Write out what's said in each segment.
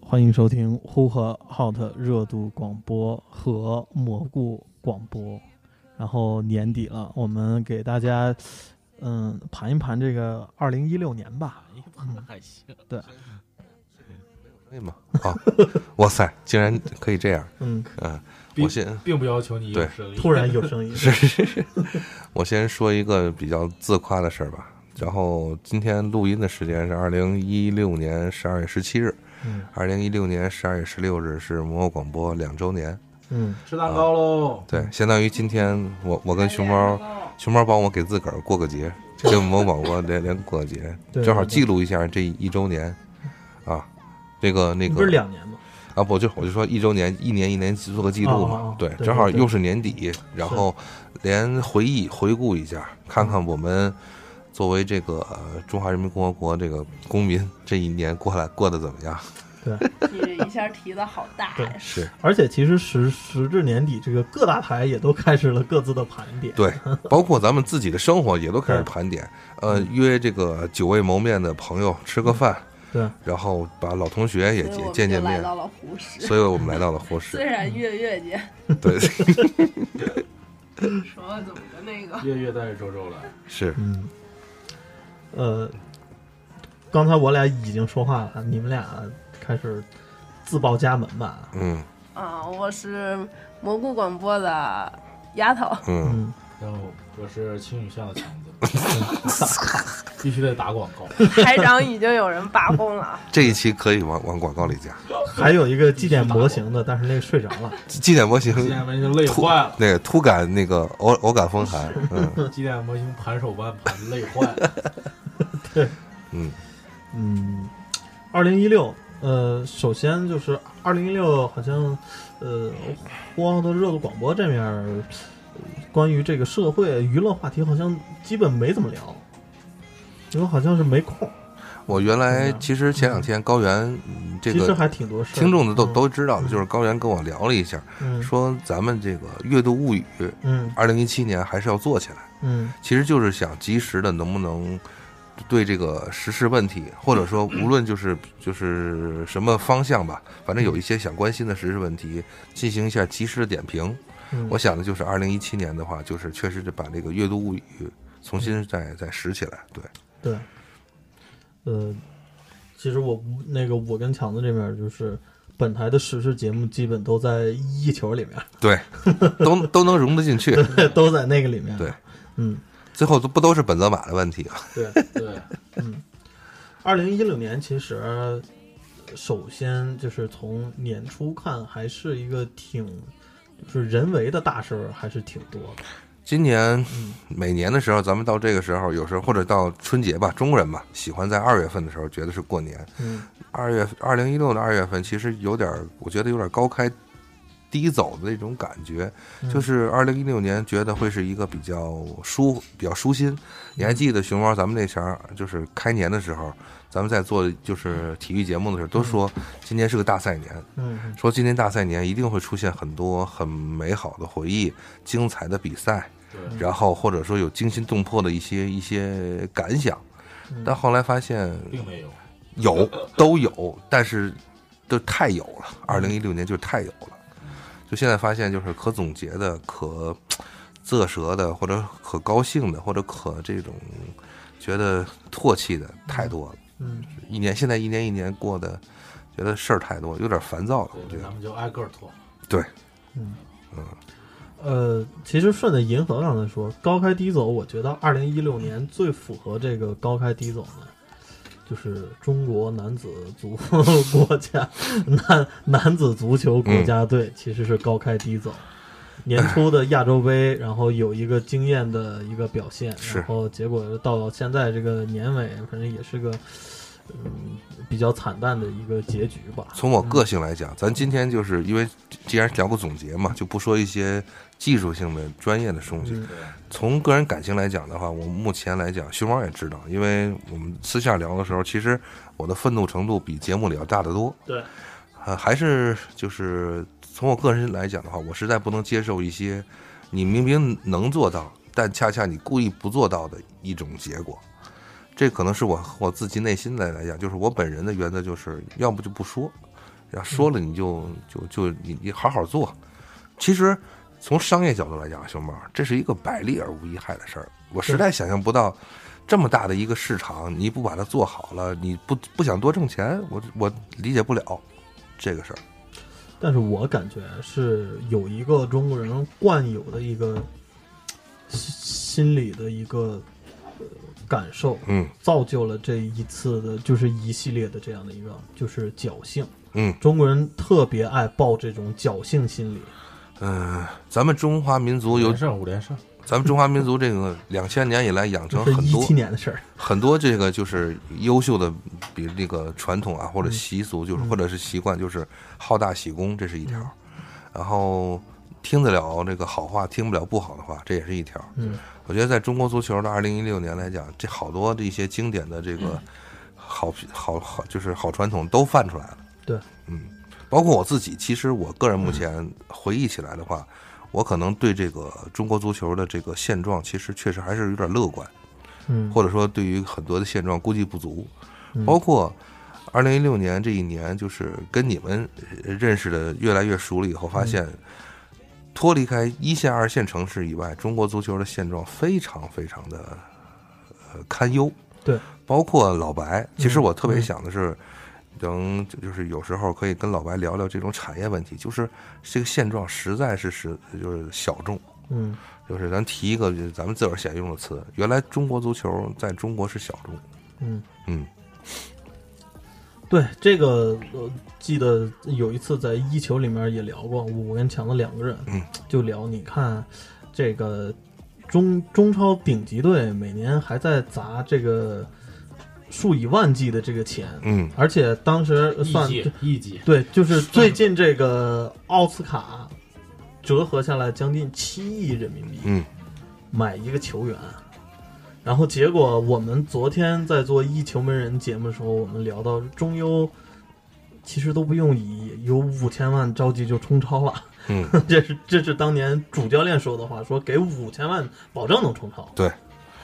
欢迎收听呼和浩特热度广播和蘑菇广播。然后年底了，我们给大家嗯盘一盘这个二零一六年吧。嗯还行，对吗？好，哇塞，竟然可以这样！嗯，嗯，比我先并不要求你有对实力。突然有声音，是是是，我先说一个比较自夸的事儿吧。然后今天录音的时间是二零一六年十二月十七日，嗯二零一六年十二月十六日是魔偶广播两周年。嗯，吃蛋啊糕喽！对，相当于今天我我跟熊猫，熊猫帮我给自个儿过个 节，跟魔偶广播连连过个节，对正好记录一下这一周年啊。这个那你个不是两年吗？啊，不就我就说一周年，一年一年做个记录嘛，哦哦哦对，对正好对对又是年底，然后连回忆回顾一下，看看我们作为这个、呃中华人民共和国这个公民这一年过来过得怎么样？你这一下提的好大呀！是而且其实时时至年底，这个各大台也都开始了各自的盘点。 对，包括咱们自己的生活也都开始盘点，呃，嗯约这个久未谋面的朋友吃个饭，对，然后把老同学也所以我见见们就见来面，到了胡适。所以我们来到了霍虽市，然月月姐对，说怎么的那个，月月带着周周来，是嗯，呃，刚才我俩已经说话了，你们俩开始自报家门吧。嗯啊，我是蘑菇广播的丫头，嗯，嗯，然后我是青雨巷的强子， 必须得打广告。台长已经有人罢工了啊。这一期可以往往广告里加，还有一个祭奠模型的，但是那个睡着了。纪念模型纪念模型累坏了，那个突感那个偶偶感 风寒，嗯纪念模型盘手腕盘累 坏了。嗯，嗯，二零一六，呃，首先就是二零一六，好像呃，呼和浩特热度广播这面儿，呃关于这个社会娱乐话题，好像基本没怎么聊，因为好像是没空。我原来真的其实前两天高原嗯这其实个还挺多事儿的，听众的都嗯都知道的，就是高原跟我聊了一下，嗯说咱们这个阅读物语嗯二零一七年还是要做起来，嗯其实就是想及时的能不能。对这个时事问题，或者说无论就是就是什么方向吧，反正有一些想关心的时事问题，进行一下及时的点评。嗯，我想的就是二零一七年的话，就是确实得把这个阅读物语重新再再拾起来。对，对，呃，其实我那个我跟强子这边儿就是本台的时事节目基本都在一球里面儿，对， 都都能融得进去。 都在那个里面儿。对嗯，最后都不都是本泽马的问题啊？对。对，二零一六年其实呃首先就是从年初看，还是一个挺就是人为的大事儿还是挺多的。今年每年的时候，咱们到这个时候，有时候或者到春节吧，中国人嘛，喜欢在二月份的时候觉得是过年。嗯二月二零一六的二月份，其实有点儿，我觉得有点高开低走的那种感觉。嗯就是二零一六年，觉得会是一个比较舒比较舒心。你还记得熊猫咱们那前儿就是开年的时候，咱们在做就是体育节目的时候，都说今年是个大赛年，嗯说今年大赛年一定会出现很多很美好的回忆、精彩的比赛，对，然后或者说有惊心动魄的一些一些感想。嗯但后来发现并没有。有都有，但是都太有了。二零一六年就是太有了，就现在发现就是可总结的、可啧舌的，或者可高兴的，或者可这种觉得唾弃的太多了。嗯，一年现在一年一年过的，觉得事儿太多，有点烦躁了。我觉对，咱得们就挨个儿拖。对，呃，其实顺着银河刚才说高开低走，我觉得二零一六年最符合这个高开低走呢，就是中国男子足 国家男男子足球国家嗯队其实是高开低走。年初的亚洲杯，然后有一个惊艳的一个表现，是然后结果到现在这个年尾，反正也是个嗯比较惨淡的一个结局吧。从我个性来讲，咱今天就是因为既然聊过总结嘛，就不说一些技术性的专业的东西。嗯从个人感情来讲的话，我目前来讲，熊猫也知道，因为我们私下聊的时候，其实我的愤怒程度比节目里要大得多。对，呃，还是就是从我个人来讲的话，我实在不能接受一些你明明能做到，但恰恰你故意不做到的一种结果。这可能是我我自己内心来来讲，就是我本人的原则，就是要不就不说，然后说了你就就就你你好好做。其实从商业角度来讲，熊猫这是一个百利而无一害的事儿。我实在想象不到这么大的一个市场，你不把它做好了，你不不想多挣钱，我我理解不了这个事儿。但是我感觉是有一个中国人惯有的一个心心理的一个呃感受，嗯造就了这一次的，就是一系列的这样的一个就是侥幸。嗯中国人特别爱抱这种侥幸心理，嗯、呃咱们中华民族五有连胜，五连胜，咱们中华民族这个两千年以来养这成是很一多七年的事儿。很多这个就是优秀的，比如那个传统啊，或嗯者习俗，就是或者是习惯，就是好大喜功，这是一条。嗯然后听得了这个好话，听不了不好的话，这也是一条。嗯，我觉得在中国足球的二零一六年来讲，这好多的一些经典的这嗯个好好好就是好传统都泛出来了。对，嗯，包括我自己，其实我个人目前回忆起来的话，我可能对这个中国足球的这个现状，其实确实还是有点乐观。嗯，或者说对于很多的现状估计不足嗯，包括二零一六年这一年，就是跟你们呃认识的越来越熟了以后，发嗯现脱离开一线、二线城市以外，中国足球的现状非常非常的呃堪忧。对，包括老白，其实嗯我特别嗯想的是。能就是有时候可以跟老白聊聊这种产业问题，就是这个现状实在是实就是小众，嗯，就是咱提一个就是咱们自个儿想用的词，原来中国足球在中国是小众，嗯，嗯对这个，我记得有一次在一球里面也聊过，我跟强子两个人，嗯就聊你看这个中中超顶级队每年还在砸这个数以万计的这个钱，嗯而且当时一呃算级一级，对，就是最近这个奥斯卡折合下来将近七亿人民币嗯买一个球员，然后结果我们昨天在做一球门人节目的时候，我们聊到中优其实都不用一亿，有五千万着急就冲超了。 嗯，这是这是当年主教练说的话，说给五千万保证能冲超。对，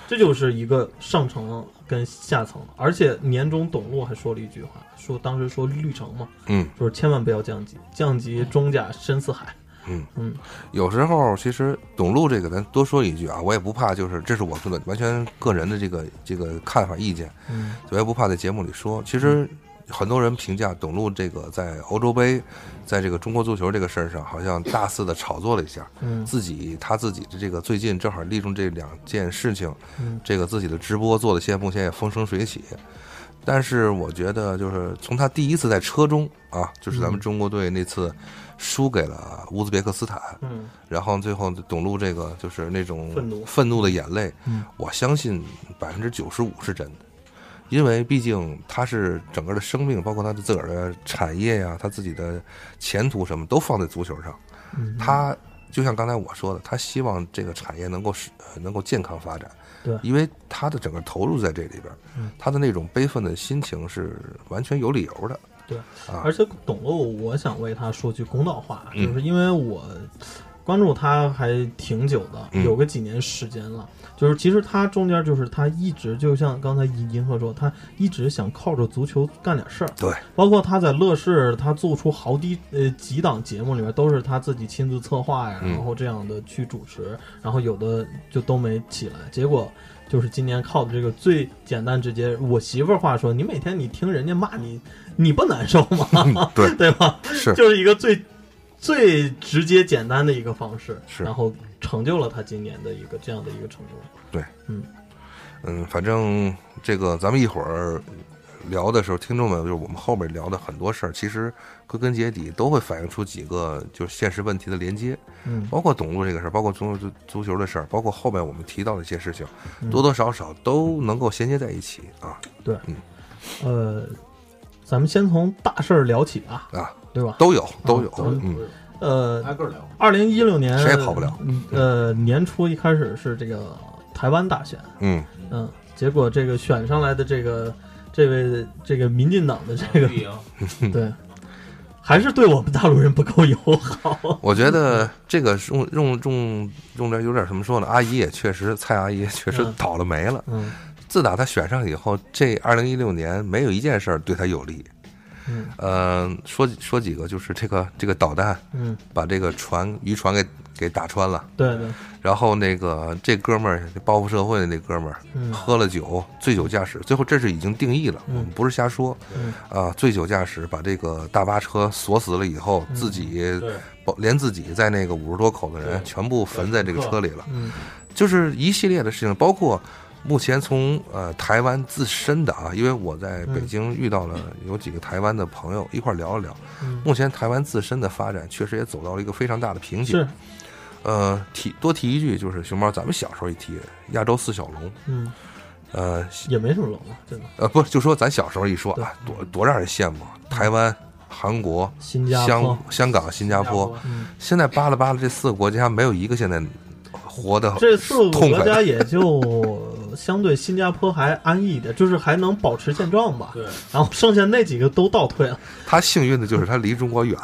这就是一个上层跟下层，而且年终董路还说了一句话，说当时说绿城嘛，嗯，说千万不要降级，降级中甲深似海。嗯嗯有时候其实董路这个咱多说一句啊，我也不怕，就是这是我个完全个人的这个这个看法意见，嗯我也不怕在节目里说。其实很多人评价董路这个在欧洲杯，在这个中国足球这个事儿上，好像大肆的炒作了一下，嗯自己他自己的这个最近正好利用这两件事情，嗯这个自己的直播做的现在目前也风生水起。但是我觉得，就是从他第一次在车中啊，就是咱们嗯中国队那次输给了乌兹别克斯坦，嗯然后最后董路这个就是那种愤怒愤怒的眼泪，嗯我相信百分之九十五是真的，因为毕竟他是整个的生命，包括他的自个儿的产业呀、他自己的前途什么都放在足球上。嗯，他就像刚才我说的，他希望这个产业能够是呃能够健康发展，对因为他的整个投入在这里边儿嗯，他的那种悲愤的心情是完全有理由的。对啊而，且董路，我想为他说句公道话，嗯就是因为我关注他还挺久的，嗯有个几年时间了。就是其实他中间就是他一直就像刚才银银河说，他一直想靠着足球干点事儿。对，包括他在乐视，他做出好几呃几档节目里面都是他自己亲自策划呀，嗯然后这样的去主持，然后有的就都没起来，结果。就是今年靠的这个最简单直接，我媳妇儿话说，你每天你听人家骂你， 你不难受吗？ 嗯对对吧？是就是一个最最直接简单的一个方式，是然后成就了他今年的一个这样的一个成功。嗯，反正这个咱们一会儿聊的时候，听众们就是我们后面聊的很多事儿，其实归根结底都会反映出几个就是现实问题的连接，嗯，包括董路这个事儿，包括足球足球的事儿，包括后面我们提到的一些事情，嗯多多少少都能够衔接在一起啊呃，咱们先从大事儿聊起吧，啊，对吧？都有都有都有，嗯呃，挨个聊。二零一六年谁也跑不了。呃，年初一开始是这个台湾大选，嗯嗯，结果这个选上来的这个这位这个民进党的这个绿营，嗯对，还是对我们大陆人不够友 好。我觉得这个是用用用用点有点什么说呢？阿姨也确实，蔡阿姨也确实嗯倒了霉了。嗯，自打她选上以后，这二零一六年没有一件事儿对她有利。嗯呃，说说几个，就是这个这个导弹嗯，把这个船渔船给给打穿了，对对，然后那个这哥们儿报复社会的那哥们儿嗯喝了酒，醉酒驾驶，最后这是已经定义了，嗯我们不是瞎说嗯啊，醉酒驾驶把这个大巴车锁死了以后，嗯自己对，包连自己在那个五十多口的人对全部焚在这个车里了，嗯就是一系列的事情，包括目前从呃台湾自身的啊，因为我在北京遇到了有几个台湾的朋友，一块儿聊了聊。嗯，目前台湾自身的发展确实也走到了一个非常大的瓶颈。是，呃，提多提一句，就是熊猫，咱们小时候也提亚洲四小龙，嗯，呃也没什么龙了，真的。呃，不就说咱小时候一说啊，多多让人羡慕，啊台湾、韩国、嗯新加坡香，香港、新加坡，嗯，现在扒拉扒拉这四个国家，没有一个现在活得这四个痛国快。家也就相对新加坡还安逸一点，就是还能保持现状吧。对，然后剩下那几个都倒退了，他幸运的就是他离中国远，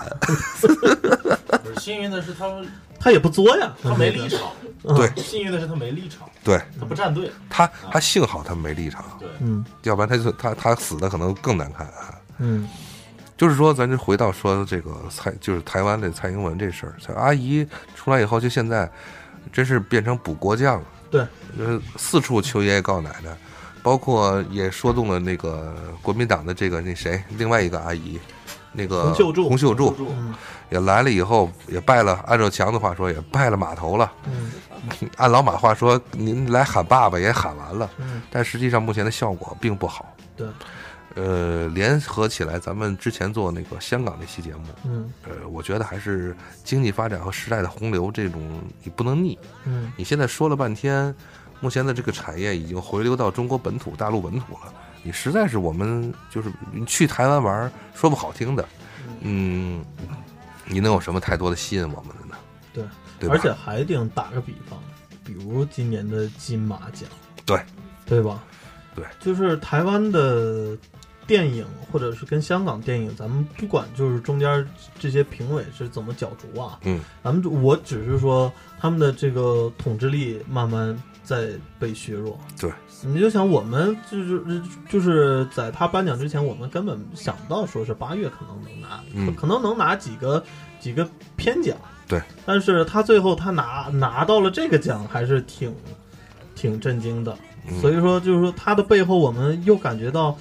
不是幸运的是他 们他也不作呀，他没立场，嗯对幸运的是他没立场，对他不站队，他他幸好他没立场，对，嗯要不然他就他他死的可能更难看啊。嗯就是说，咱就回到说这个蔡，就是台湾的蔡英文这事儿，蔡阿姨出来以后，就现在真是变成补国将了，对，就是四处求爷爷告奶奶，包括也说动了那个国民党的这个那谁，另外一个阿姨，那个洪秀柱洪秀柱住，嗯也来了以后，也拜了，按照强子话说，也拜了码头了，嗯按老马话说，您来喊爸爸也喊完了。嗯，但实际上目前的效果并不好。对，呃，联合起来，咱们之前做那个香港那期节目，嗯呃，我觉得还是经济发展和时代的洪流这种你不能逆。嗯你现在说了半天，目前的这个产业已经回流到中国本土、大陆本土了。你实在是我们就是你去台湾玩儿，说不好听的，嗯，你能有什么太多的吸引我们的呢？对，对吧？而且还得打个比方，比如今年的金马奖，对对吧？对，就是台湾的电影，或者是跟香港电影，咱们不管就是中间这些评委是怎么角逐啊，嗯，咱们就我只是说他们的这个统治力慢慢在被削弱。对，你就想我们就是就是在他颁奖之前，我们根本想不到说是八月可能能拿，嗯可能能拿几个几个偏奖。对，但是他最后他拿拿到了这个奖，还是挺挺震惊的。嗯所以说，就是说他的背后，我们又感觉到，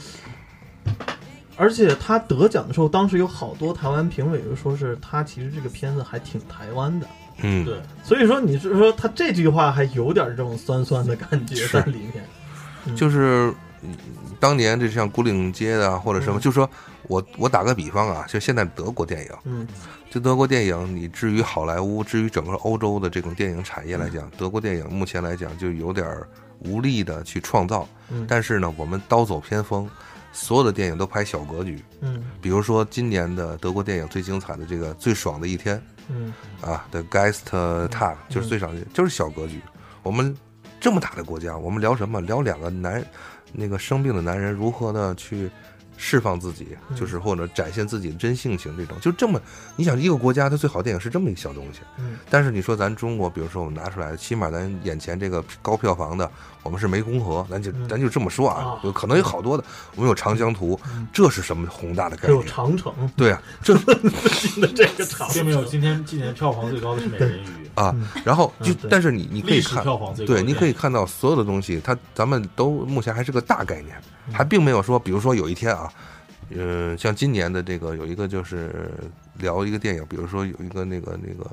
而且他得奖的时候，当时有好多台湾评委就说是他其实这个片子还挺台湾的。嗯，对，所以说，你是说他这句话还有点这种酸酸的感觉是在里面？就是嗯当年这像孤岭街的啊或者什么，嗯就说我我打个比方啊，就现在德国电影，嗯就德国电影，你至于好莱坞，至于整个欧洲的这种电影产嗯业来讲，德国电影目前来讲就有点儿无力的去创造。嗯但是呢，我们刀走偏锋，所有的电影都拍小格局。嗯比如说今年的德国电影最精彩的这个《最爽的一天嗯》啊，《The Geist Tag》就是最爽的，就是小格局。我们这么大的国家，我们聊什么？聊两个男那个生病的男人如何的去释放自己，嗯就是或者展现自己的真性情这种。就这么，你想一个国家它最好的电影是这么一个小东西，嗯但是你说咱中国，比如说我们拿出来的，起码咱眼前这个高票房的，我们是湄公河，咱就、嗯咱就这么说啊啊，有可能有好多的，我们有长江图，嗯这是什么宏大的概还有念？长城 对啊，这的这个长并没有今天今年票房最高的是美人鱼，啊嗯，然后就、嗯对但是你你可以历史看，票房最高，对，你可以，看到所有的东西，它咱们都目前还是个大概念，嗯还并没有说，比如说有一天啊，呃，像今年的这个有一个就是聊一个电影，比如说有一个那个那个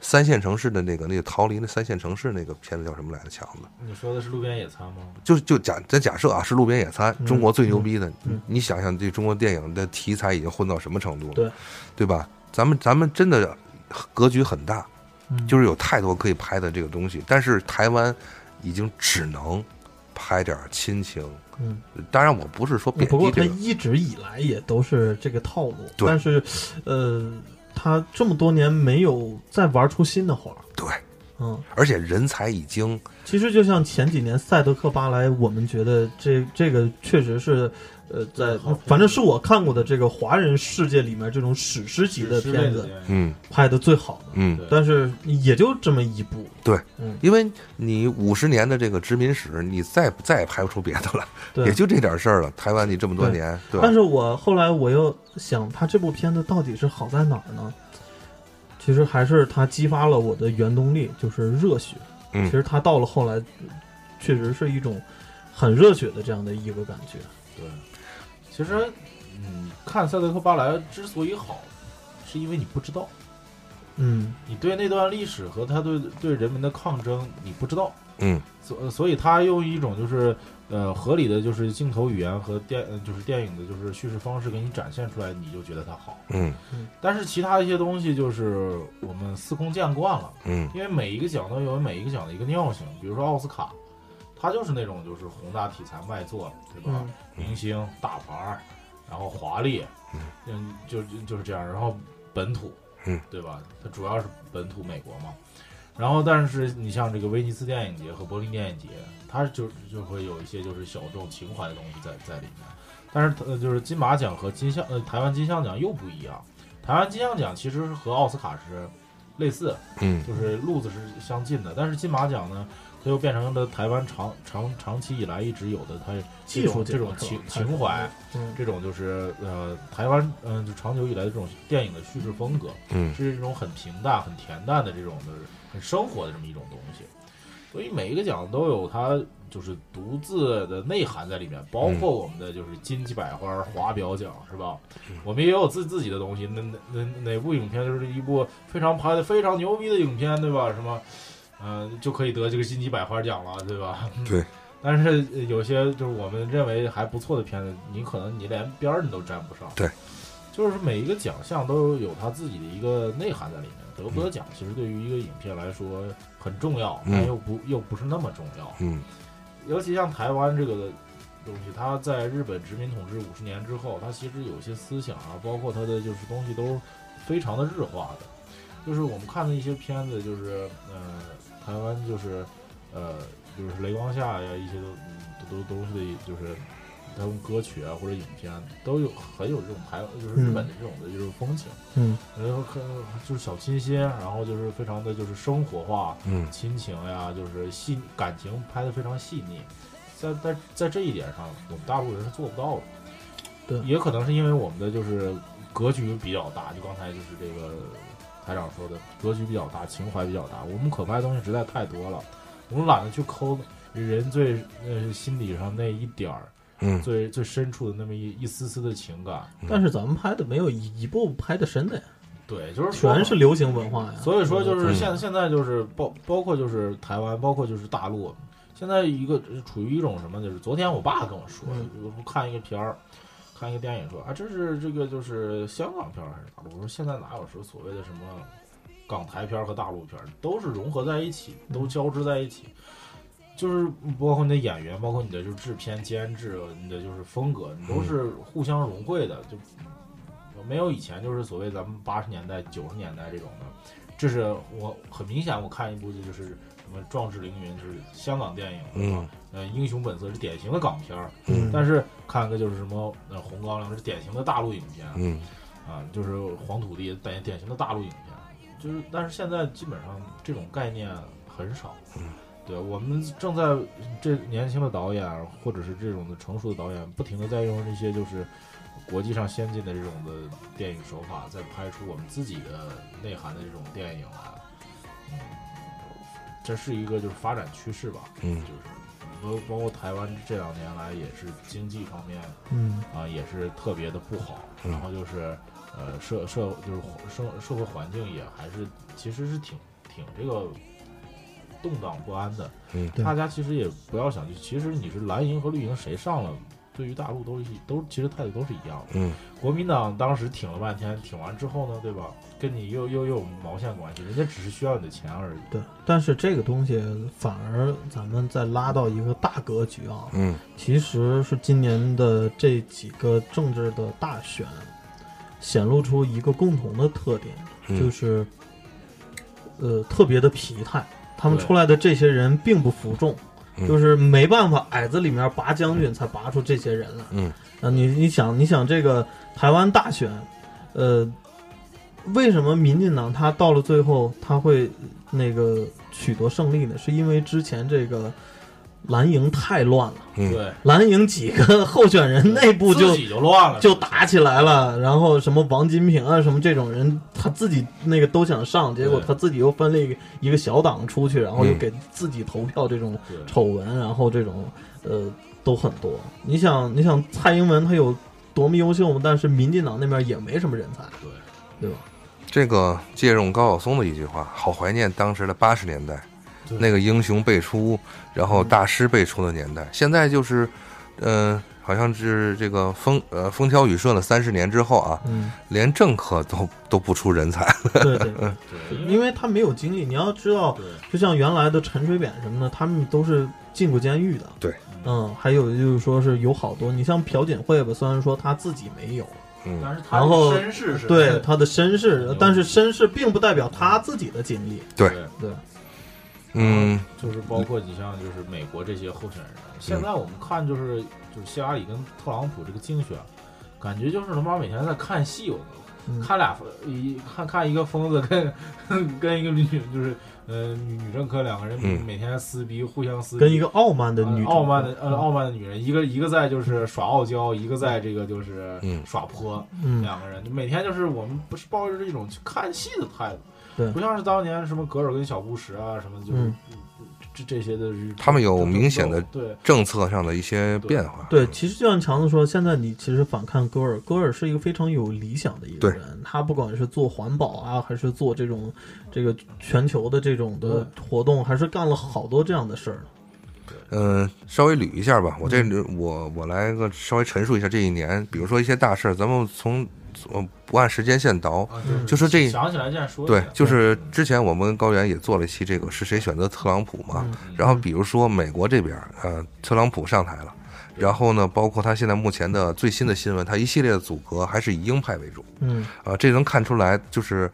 三线城市的那个那个逃离那三线城市那个片子叫什么来着？强子，你说的是路边野餐吗？就就假咱假设啊是路边野餐，嗯中国最牛逼的，嗯嗯你你想想这中国电影的题材已经混到什么程度了，对对吧？咱们咱们真的格局很大，嗯就是有太多可以拍的这个东西，但是台湾已经只能拍点亲情。嗯，当然，我不是说贬不低过他这个，一直以来也都是这个套路，对但是呃，他这么多年没有再玩出新的花儿。对，嗯，而且人才已经其实就像前几年赛德克巴莱，我们觉得这这个确实是，呃，在好片反正是我看过的这个华人世界里面这种史诗级的是这片个子原因嗯拍的最好的，嗯，对但是也就这么一部。对，嗯，因为你五十年的这个殖民史，你再再也拍不出别的了，对也。就这点事儿了。台湾你这么多年，对吧但是我后来我又想，他这部片子到底是好在哪儿呢？其实还是他激发了我的原动力，就是热血。嗯其实他到了后来，确实是一种很热血的这样的一个感觉。对，其实，嗯，看《赛德克巴莱》之所以好，是因为你不知道，嗯，你对那段历史和他对对人民的抗争你不知道，嗯所所以他用一种就是呃合理的就是镜头语言和电呃就是电影的就是叙事方式给你展现出来，你就觉得它好。嗯但是其他一些东西就是我们司空见惯了，嗯因为每一个奖都有每一个奖的一个尿性，比如说奥斯卡。它就是那种就是宏大题材卖座，对吧？嗯明星、大牌儿，然后华丽，嗯，就就就是这样。然后本土，嗯，对吧？它主要是本土美国嘛。然后，但是你像这个威尼斯电影节和柏林电影节，它就就会有一些就是小众情怀的东西在在里面。但是它呃，就是金马奖和金像呃台湾金像奖又不一样。台湾金像奖其实是和奥斯卡是类似，嗯就是路子是相近的。但是金马奖呢，它又变成了台湾长长长期以来一直有的它这技术种这种情情怀，，嗯，这种就是呃台湾嗯、就长久以来的这种电影的叙事风格，嗯是这种很平淡、很恬淡的这种的很生活的这么一种东西。所以每一个奖都有它就是独自的内涵在里面，包括我们的就是金鸡百花华表奖是吧？我们也有自自己的东西。那那那哪部影片就是一部非常拍的非常牛逼的影片，对吧？什么，呃，就可以得这个金鸡百花奖了，对吧？对。但是呃有些就是我们认为还不错的片子，你可能你连边儿你都沾不上。对。就是每一个奖项都有它自己的一个内涵在里面。得不得奖其实对于一个影片来说很重要，嗯但又不又不是那么重要。嗯尤其像台湾这个的东西，它在日本殖民统治五十年之后，它其实有些思想啊，包括它的就是东西都非常的日化的。就是我们看的一些片子，就是呃，台湾就是呃，就是雷光下呀一些都都都东西的，就是他们歌曲啊或者影片都有很有这种台就是日本的这种的就是风情，嗯然后很就是小清新，然后就是非常的就是生活化，嗯亲情呀，就是细感情拍的非常细腻，在在在这一点上，我们大陆人是做不到的。对也可能是因为我们的就是格局比较大，就刚才就是这个台长说的，格局比较大，情怀比较大，我们可拍的东西实在太多了，我们懒得去抠人最呃心理上那一点儿嗯，最最深处的那么一一丝丝的情感。但是咱们拍的没有一一部拍的深的呀，对，就是说全是流行文化呀。所以说，就嗯是现现在就是包包括就是台湾，包括就是大陆，现在一个处于一种什么？就是昨天我爸跟我说，嗯我说看一个片儿，看一个电影说，啊，这是这个就是香港片儿还是大陆？我说现在哪有说所谓的什么港台片儿和大陆片儿，都是融合在一起，都交织在一起。就是包括你的演员，包括你的就是制片、监制，你的就是风格，你都是互相融汇的，就没有以前就是所谓咱们八十年代、九十年代这种的。这是我很明显，我看一部就是什么《壮志凌云》，就是香港电影，嗯对吧？呃，《英雄本色》是典型的港片儿，嗯，但是看个就是什么呃《红高粱》是典型的大陆影片，嗯啊，就是黄土地典典型的大陆影片，就是但是现在基本上这种概念很少嗯。对我们正在这年轻的导演或者是这种的成熟的导演，不停的在用这些就是国际上先进的这种的电影手法，在拍出我们自己的内涵的这种电影来。嗯，这是一个就是发展趋势吧，就嗯是包包括台湾这两年来也是经济方面嗯啊，也是特别的不好，嗯然后就是呃社社就是社社会环境也还是其实是挺挺这个动荡不安的。嗯对大家其实也不要想，其实你是蓝营和绿营谁上了，对于大陆都是一都其实态度都是一样的。嗯国民党当时挺了半天，挺完之后呢，对吧？跟你又又又有毛线关系？人家只是需要你的钱而已。对，但是这个东西反而咱们再拉到一个大格局啊，嗯其实是今年的这几个政治的大选，显露出一个共同的特点，嗯就是，呃，特别的疲态。他们出来的这些人并不服众，嗯就是没办法，矮子里面拔将军才拔出这些人来。嗯，啊，你你想，你想这个台湾大选，呃，为什么民进党他到了最后他会那个取得胜利呢？是因为之前这个蓝营太乱了，嗯对，蓝营几个候选人内部就自己就乱了，就打起来了，然后什么王金平啊，什么这种人，他自己那个都想上，结果对他自己又分了一个一个小党出去，然后又嗯给自己投票，这种对丑闻，然后这种呃都很多。你想，你想蔡英文她有多么优秀吗？但是民进党那边也没什么人才，对对吧？这个借用高晓松的一句话，好怀念当时的八十年代，对那个英雄辈出，然后大师辈出的年代。现在就是，嗯、好像是这个风呃风调雨顺了三十年之后啊，嗯，连政客都都不出人才。对对，对对，因为因为他没有经历。你要知道，对就像原来的陈水扁什么的，他们都是进过监狱的。对，嗯，还有就是说是有好多，你像朴槿惠吧，虽然说她自己没有，嗯，但是他然后绅士是对她的身世牛，但是身世并不代表她自己的经历。对对，对，嗯，就是包括你像就是美国这些候选人，嗯现在我们看就是就是希拉里跟特朗普这个竞选，感觉就是他妈每天在看戏，我都嗯看俩一看看一个疯子跟跟一个女就是呃女女政客两个人嗯每天撕逼，互相撕逼，跟一个傲慢的女呃主傲慢的呃傲慢的女人，一个一个在就是耍傲娇，一个在这个就是嗯耍泼，嗯，两个人就每天就是我们不是抱着一种去看戏的态度，对不像是当年什么格尔跟小布什啊什么就是。嗯这这些的是，他们有明显的对政策上的一些变化。对，其实就像强子说，现在你其实反看戈尔，戈尔是一个非常有理想的一个对人，他不管是做环保啊，还是做这种这个全球的这种的活动，还是干了好多这样的事儿呢。嗯，稍微捋一下吧。我这里我我来个稍微陈述一下这一年，比如说一些大事儿，咱们从呃不按时间线倒，啊，嗯就说这想起来再说一对下，就是之前我们跟高原也做了一期这个是谁选择特朗普嘛，然后比如说美国这边，呃，特朗普上台了，然后呢，包括他现在目前的最新的新闻，他一系列的组合还是以鹰派为主，嗯啊、这能看出来就是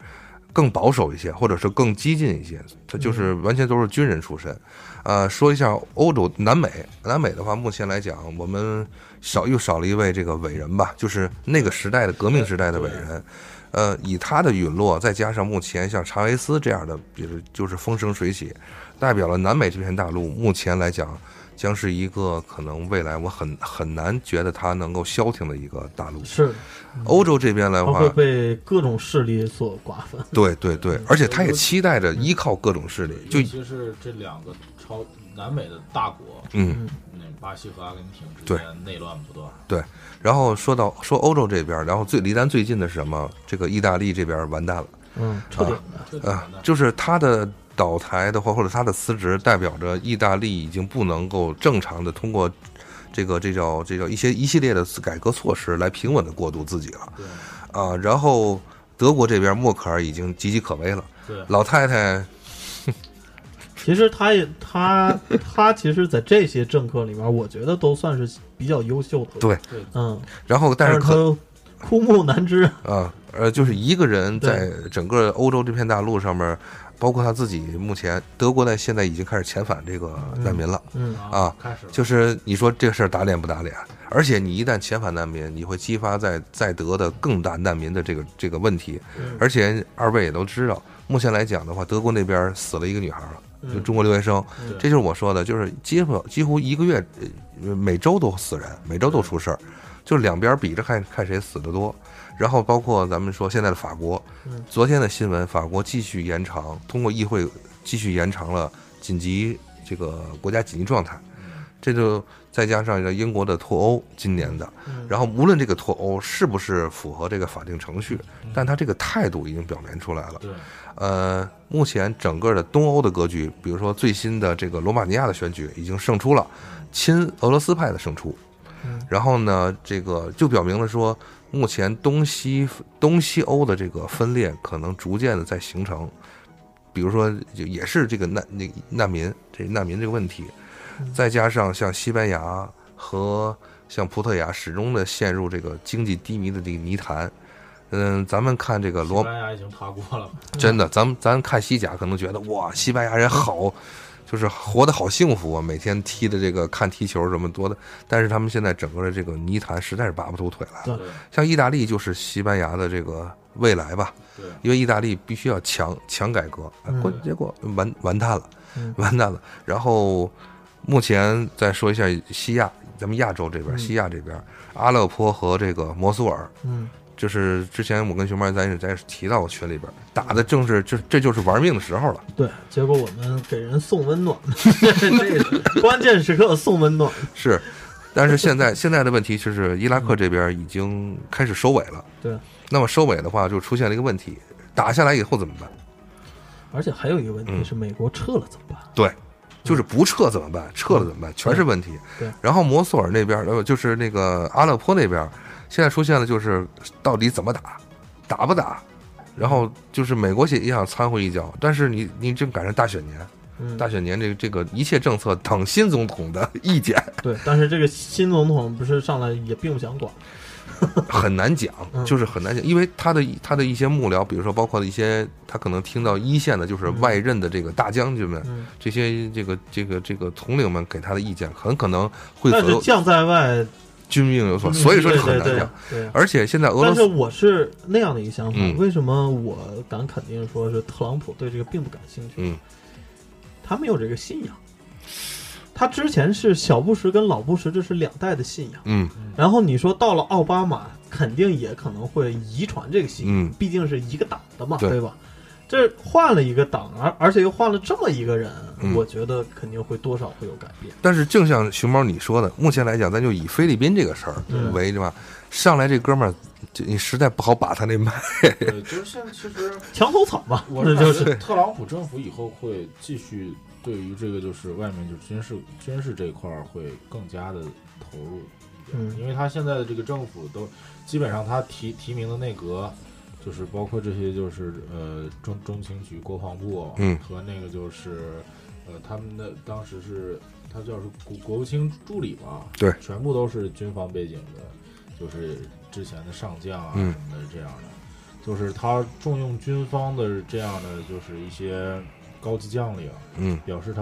更保守一些，或者是更激进一些，他就是完全都是军人出身。呃，说一下欧洲、南美，南美的话，目前来讲，我们少又少了一位这个伟人吧，就是那个时代的革命时代的伟人。呃，以他的陨落，再加上目前像查韦斯这样的，比如就是风生水起，代表了南美这片大陆。目前来讲，将是一个可能未来我很很难觉得他能够消停的一个大陆。是，欧洲这边来他话，会被各种势力所瓜分。对对对，而且他也尤其期待着依靠各种势力，尤就其是这两个超南美的大国，嗯。那巴西和阿根廷之对啊间内乱不断，然后说到说欧洲这边，然后最离咱最近的是什么？这个意大利这边完蛋了嗯，彻底的。这怎啊么、呢？就是他的倒台的话，或者他的辞职，代表着意大利已经不能够正常的通过这个这叫这叫一些一系列的改革措施来平稳的过渡自己了对啊。然后德国这边默克尔已经岌岌可危了，对，老太太其实他也他他其实，在这些政客里面，我觉得都算是比较优秀的。对对嗯，然后但但是是可他枯木难支。啊，呃，就是一个人对在整个欧洲这片大陆上面，包括他自己，目前德国呢现在已经开始遣返这个难民了。嗯，啊开始了就是你说这事儿打脸不打脸？而且你一旦遣返难民，你会激发在在德的更大难民的这个这个问题。嗯而且二位也都知道，目前来讲的话，德国那边死了一个女孩了，嗯就中国留学生。对这就是我说的，就是几乎几乎一个月，呃每周都死人，每周都出事儿，就两边比着看看谁死的多。然后包括咱们说现在的法国嗯，昨天的新闻，法国继续延长，通过议会继续延长了紧急这个国家紧急状态，嗯这就再加上这英国的脱欧今年的，嗯然后无论这个脱欧是不是符合这个法定程序，嗯但他这个态度已经表明出来了。对呃，目前整个的东欧的格局，比如说最新的这个罗马尼亚的选举已经胜出了，亲俄罗斯派的胜出嗯。然后呢，这个就表明了说，目前东西东西欧的这个分裂可能逐渐的在形成。比如说，就也是这个难那难民这难民这个问题，再加上像西班牙和像葡萄牙始终的陷入这个经济低迷的这个泥潭，嗯，咱们看这个罗西班牙已经爬过了，嗯真的，咱们咱看西甲可能觉得哇，西班牙人好，就是活得好幸福啊，每天踢的这个看踢球什么多的。但是他们现在整个的这个泥潭实在是拔不出腿来。对对像意大利就是西班牙的这个未来吧， 对，因为意大利必须要强强改革，啊嗯关结果完完蛋了嗯， 完蛋了。然后目前再说一下西亚，咱们亚洲这边，嗯西亚这边，阿勒颇和这个摩苏尔，嗯，就是之前我跟熊猫咱也咱也是提到过群里边打的正是这这就是玩命的时候了，对。结果我们给人送温暖， 这个关键时刻送温暖，是。但是现在现在的问题就是伊拉克这边已经开始收尾了，对。那么收尾的话就出现了一个问题，打下来以后怎么办？而且还有一个问题嗯是，美国撤了怎么办？对，就是不撤怎么办？撤了怎么办？全是问题。对然后摩索尔那边，呃，就是那个阿勒颇那边，现在出现了就是到底怎么打，打不打？然后就是美国也想掺和一脚，但是你你正赶上大选年，嗯，大选年这个这个一切政策等新总统的意 见对。但是这个新总统不是上来也并不想管，很难讲，嗯就是很难讲，因为他的他的一些幕僚，比如说包括一些他可能听到一线的，就是嗯外任的这个大将军们，嗯，这些这个这个这个统领们给他的意见，很可能会但左是右将在外，军命有所，所以说对这很对难对讲。对。而且现在俄罗但是斯，我是那样的一个想法，嗯为什么我敢肯定说是特朗普对这个并不感兴趣？嗯，他没有这个信仰。他之前是小布什跟老布什，这是两代的信仰。嗯然后你说到了奥巴马，肯定也可能会遗传这个信仰，嗯，毕竟是一个党的嘛，对对吧？这换了一个党，而而且又换了这么一个人，嗯我觉得肯定会多少会有改变。但是正像熊猫你说的，目前来讲，咱就以菲律宾这个事儿嗯为对吧？上来这哥们儿，这你实在不好把他那麦，对，就是现在其实墙头草嘛，我那感就觉是特朗普政府以后会继续对于这个就是外面就是军事军事这一块儿会更加的投入一点，嗯因为他现在的这个政府都基本上他提提名的内阁。就是包括这些，就是呃中中情局、国防部，嗯和那个就是呃他们的当时是他叫是国国务卿助理嘛，对全部都是军方背景的，就是之前的上将啊什嗯么的这样的，就是他重用军方的这样的就是一些高级将领，嗯，表示他，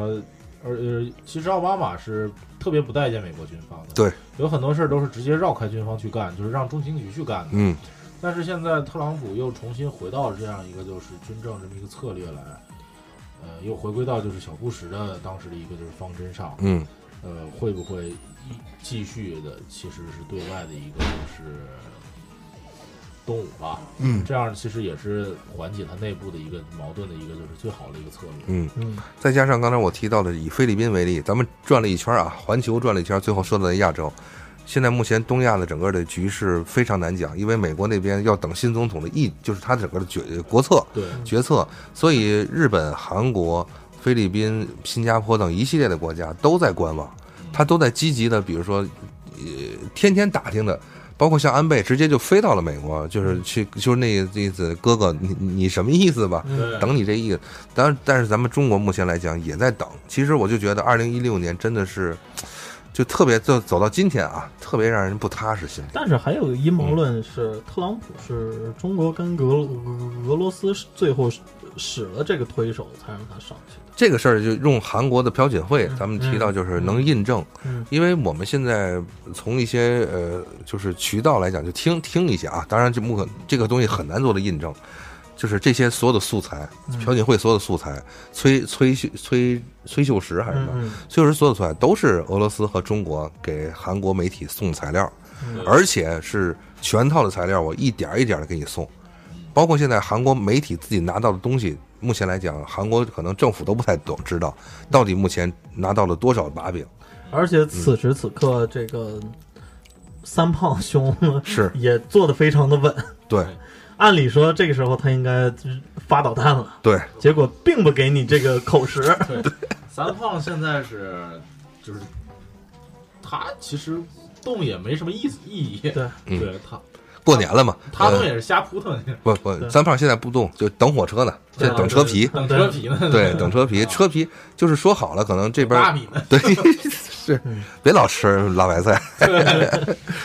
而呃，其实奥巴马是特别不待见美国军方的，对，有很多事儿都是直接绕开军方去干，就是让中情局去干的，嗯，但是现在特朗普又重新回到这样一个就是军政这么一个策略来，呃，又回归到就是小布什的当时的一个就是方针上，嗯，呃，会不会一继续的其实是对外的一个就是动武吧？嗯，这样其实也是缓解他内部的一个矛盾的一个就是最好的一个策略。嗯，嗯，再加上刚才我提到的，以菲律宾为例，咱们转了一圈啊，环球转了一圈，最后说到了亚洲。现在目前东亚的整个的局势非常难讲，因为美国那边要等新总统的意，就是他整个的决国策，对，决策，所以日本、韩国、菲律宾、新加坡等一系列的国家都在观望，他都在积极的，比如说，呃，天天打听的，包括像安倍直接就飞到了美国，就是去，就是那意思，哥哥，你你你什么意思吧？对，嗯等你这意思，当然，但是咱们中国目前来讲也在等。其实我就觉得，二零一六年真的是，就特别就走到今天啊，特别让人不踏实心里。但是还有个阴谋论是，特朗普是中国跟俄俄俄罗斯是最后使使了这个推手，才让他上去的。这个事儿就用韩国的朴槿惠，咱们提到就是能印证，嗯因为我们现在从一些呃就是渠道来讲，就听听一下啊，当然这不可这个东西很难做的印证，就是这些所有的素材，嗯朴槿惠所有的素材，崔崔秀崔崔秀实还是什么，嗯崔秀实所有的素材都是俄罗斯和中国给韩国媒体送材料，嗯而且是全套的材料，我一点儿一点的给你送，包括现在韩国媒体自己拿到的东西，目前来讲，韩国可能政府都不太懂知道到底目前拿到了多少把柄，而且此时此刻，这个三胖兄 是也做得非常的稳。对按理说这个时候他应该发导弹了，对，结果并不给你这个口实。三胖现在是就是他其实动也没什么意思意义，对，嗯对他过年了嘛，他呃动也是瞎扑腾，啊不不，对三胖现在不动，就等火车呢， 这等车皮， 等车皮呢，对，等车皮，啊车皮就是说好了，可能这边大米呢， 对，是别老吃辣白菜。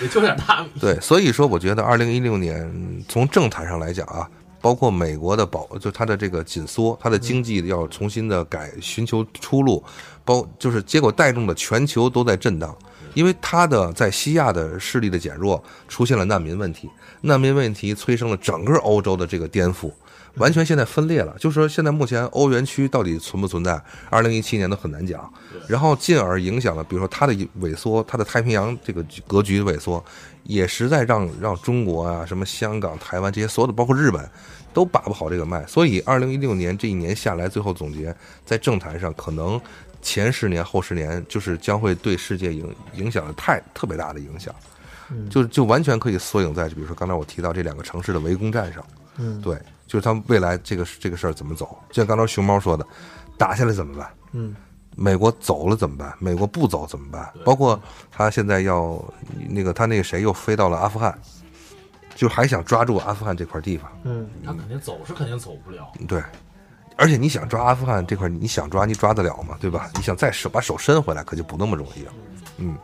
也就点大米。对，所以说我觉得二零一六年从政坛上来讲啊，包括美国的保，就它的这个紧缩，它的经济要重新的改，寻求出路，包就是结果带动了全球都在震荡，因为它的在西亚的势力的减弱，出现了难民问题，难民问题催生了整个欧洲的这个颠覆。完全现在分裂了，就是说现在目前欧元区到底存不存在，二零一七年都很难讲。然后进而影响了，比如说它的萎缩，它的太平洋这个格局的萎缩，也实在让让中国啊、什么香港、台湾这些所有的，包括日本，都把不好这个脉。所以，二零一六年这一年下来，最后总结，在政坛上可能前十年、后十年，就是将会对世界影影响的太特别大的影响，嗯就就完全可以缩影在，比如说刚才我提到这两个城市的围攻战上。嗯，对，就是他们未来这个这个事儿怎么走？就像刚才熊猫说的，打下来怎么办？嗯，美国走了怎么办？美国不走怎么办对？包括他现在要那个他那个谁又飞到了阿富汗，就还想抓住阿富汗这块地方。嗯，他肯定走是肯定走不了，对，而且你想抓阿富汗这块，你想抓你抓得了吗？对吧？你想再手把手伸回来，可就不那么容易了。嗯，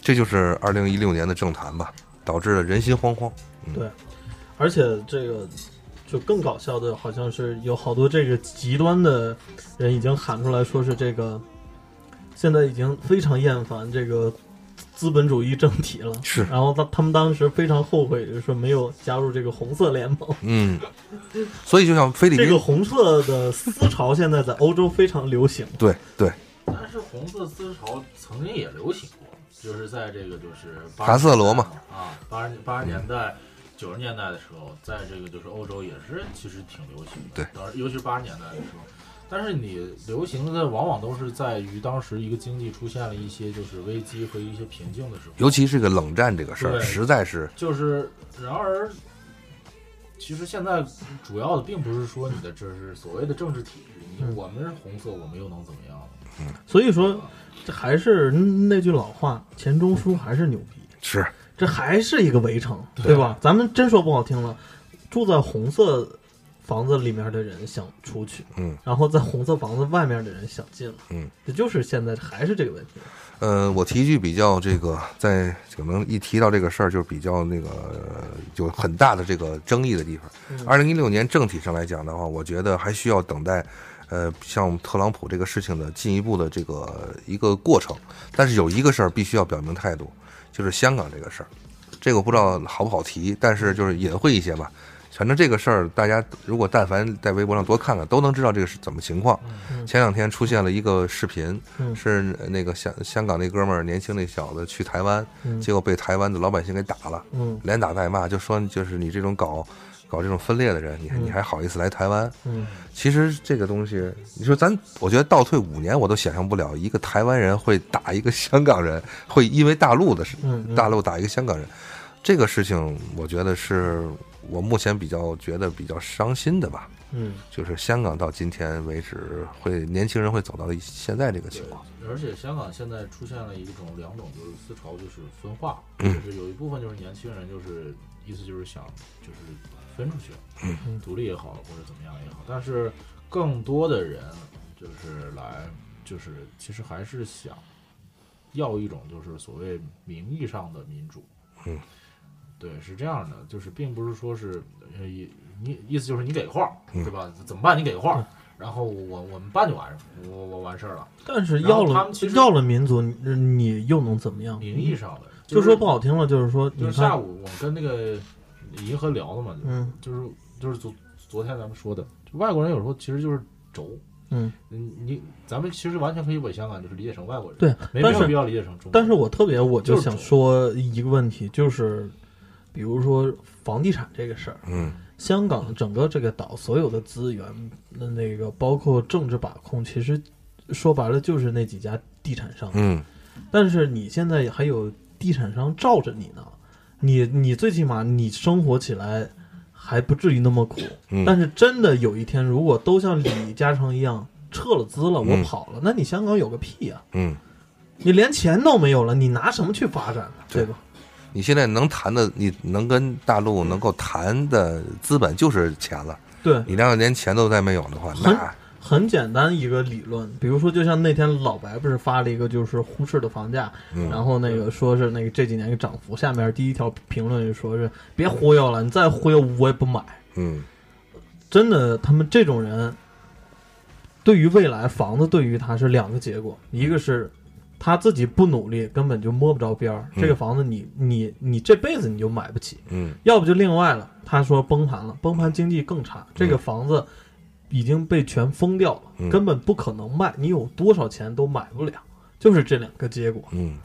这就是二零一六年的政坛吧，导致了人心惶惶。而且这个就更搞笑的，好像是有好多这个极端的人已经喊出来说是这个，现在已经非常厌烦这个资本主义政体了。是然后他他们当时非常后悔，就是说没有加入这个红色联盟。嗯，所以就像菲律宾，这个红色的思潮现在在欧洲非常流行。对对，但是红色思潮曾经也流行过，就是在这个就是80达瑟罗嘛年代啊，八十八十年代、九十年代的时候，在这个就是欧洲也是其实挺流行的，对当然，尤其是八十年代的时候。但是你流行的往往都是在于当时一个经济出现了一些就是危机和一些瓶颈的时候，尤其是个冷战这个事儿，对实在是就是，然而，其实现在主要的并不是说你的这是所谓的政治体制，你嗯我们是红色，我们又能怎么样？所以说，这还是那句老话，钱钟书还是牛逼，是这还是一个围城，对吧？咱们真说不好听了，住在红色房子里面的人想出去，嗯，然后在红色房子外面的人想进来，嗯，这就是现在还是这个问题，呃，我提一句比较这个，在可能一提到这个事儿，就比较那个呃有很大的这个争议的地方。二零一六年政体上来讲的话，我觉得还需要等待，呃，像特朗普这个事情的进一步的这个一个过程。但是有一个事儿必须要表明态度，就是香港这个事儿。这个我不知道好不好提，但是就是隐晦一些吧。反正这个事儿，大家如果但凡在微博上多看看，都能知道这个是怎么情况。前两天出现了一个视频，嗯是那个香香港那哥们儿年轻那小子去台湾，嗯结果被台湾的老百姓给打了，嗯连打带骂，就说就是你这种搞搞这种分裂的人，你还你还好意思来台湾？嗯，其实这个东西，你说咱，我觉得倒退五年，我都想象不了一个台湾人会打一个香港人，会因为大陆的事嗯嗯，大陆打一个香港人，这个事情，我觉得是我目前比较觉得比较伤心的吧。嗯就是香港到今天为止，会年轻人会走到现在这个情况。而且香港现在出现了一种两种就是思潮，就是分化，嗯就是有一部分就是年轻人就是意思就是想就是分出去，嗯独立也好或者怎么样也好，但是更多的人就是来就是其实还是想要一种就是所谓名义上的民主，嗯，对，是这样的，就是并不是说是呃你你意思就是你给个话儿，嗯对吧？怎么办？你给个话儿。然后我我们办就完事儿，我我完事儿了。但是要然后他了们其实要了民族，你你又能怎么样？名义上的，就是说不好听了，就是说就你是下看，午我跟那个银河聊的嘛，嗯就是就是昨昨天咱们说的，就外国人有时候其实就是轴，嗯，嗯你咱们其实完全可以把香港就是理解成外国人，对，没但没是有必要理解成中国人。但是我特别，我就就是想这种说一个问题，就是比如说房地产这个事儿，嗯香港整个这个岛所有的资源，那那个包括政治把控，其实说白了就是那几家地产商。嗯，但是你现在还有地产商罩着你呢，你你最起码你生活起来还不至于那么苦。嗯但是真的有一天，如果都像李嘉诚一样撤了资了，我嗯跑了，那你香港有个屁呀、嗯，你连钱都没有了，你拿什么去发展呢？对吧？你现在能谈的，你能跟大陆能够谈的资本就是钱了。对，你要连钱都再没有的话，很那很简单一个理论，比如说，就像那天老白不是发了一个就是忽视的房价，嗯然后那个说是那个这几年的涨幅，下面第一条评论就说是别忽悠了，你再忽悠我也不买。嗯真的，他们这种人，对于未来房子，对于他是两个结果，一个是他自己不努力，根本就摸不着边儿，嗯这个房子你你你这辈子你就买不起；嗯要不就另外了，他说崩盘了，崩盘经济更差，这个房子已经被全封掉了，嗯根本不可能卖，你有多少钱都买不了，就是这两个结果。嗯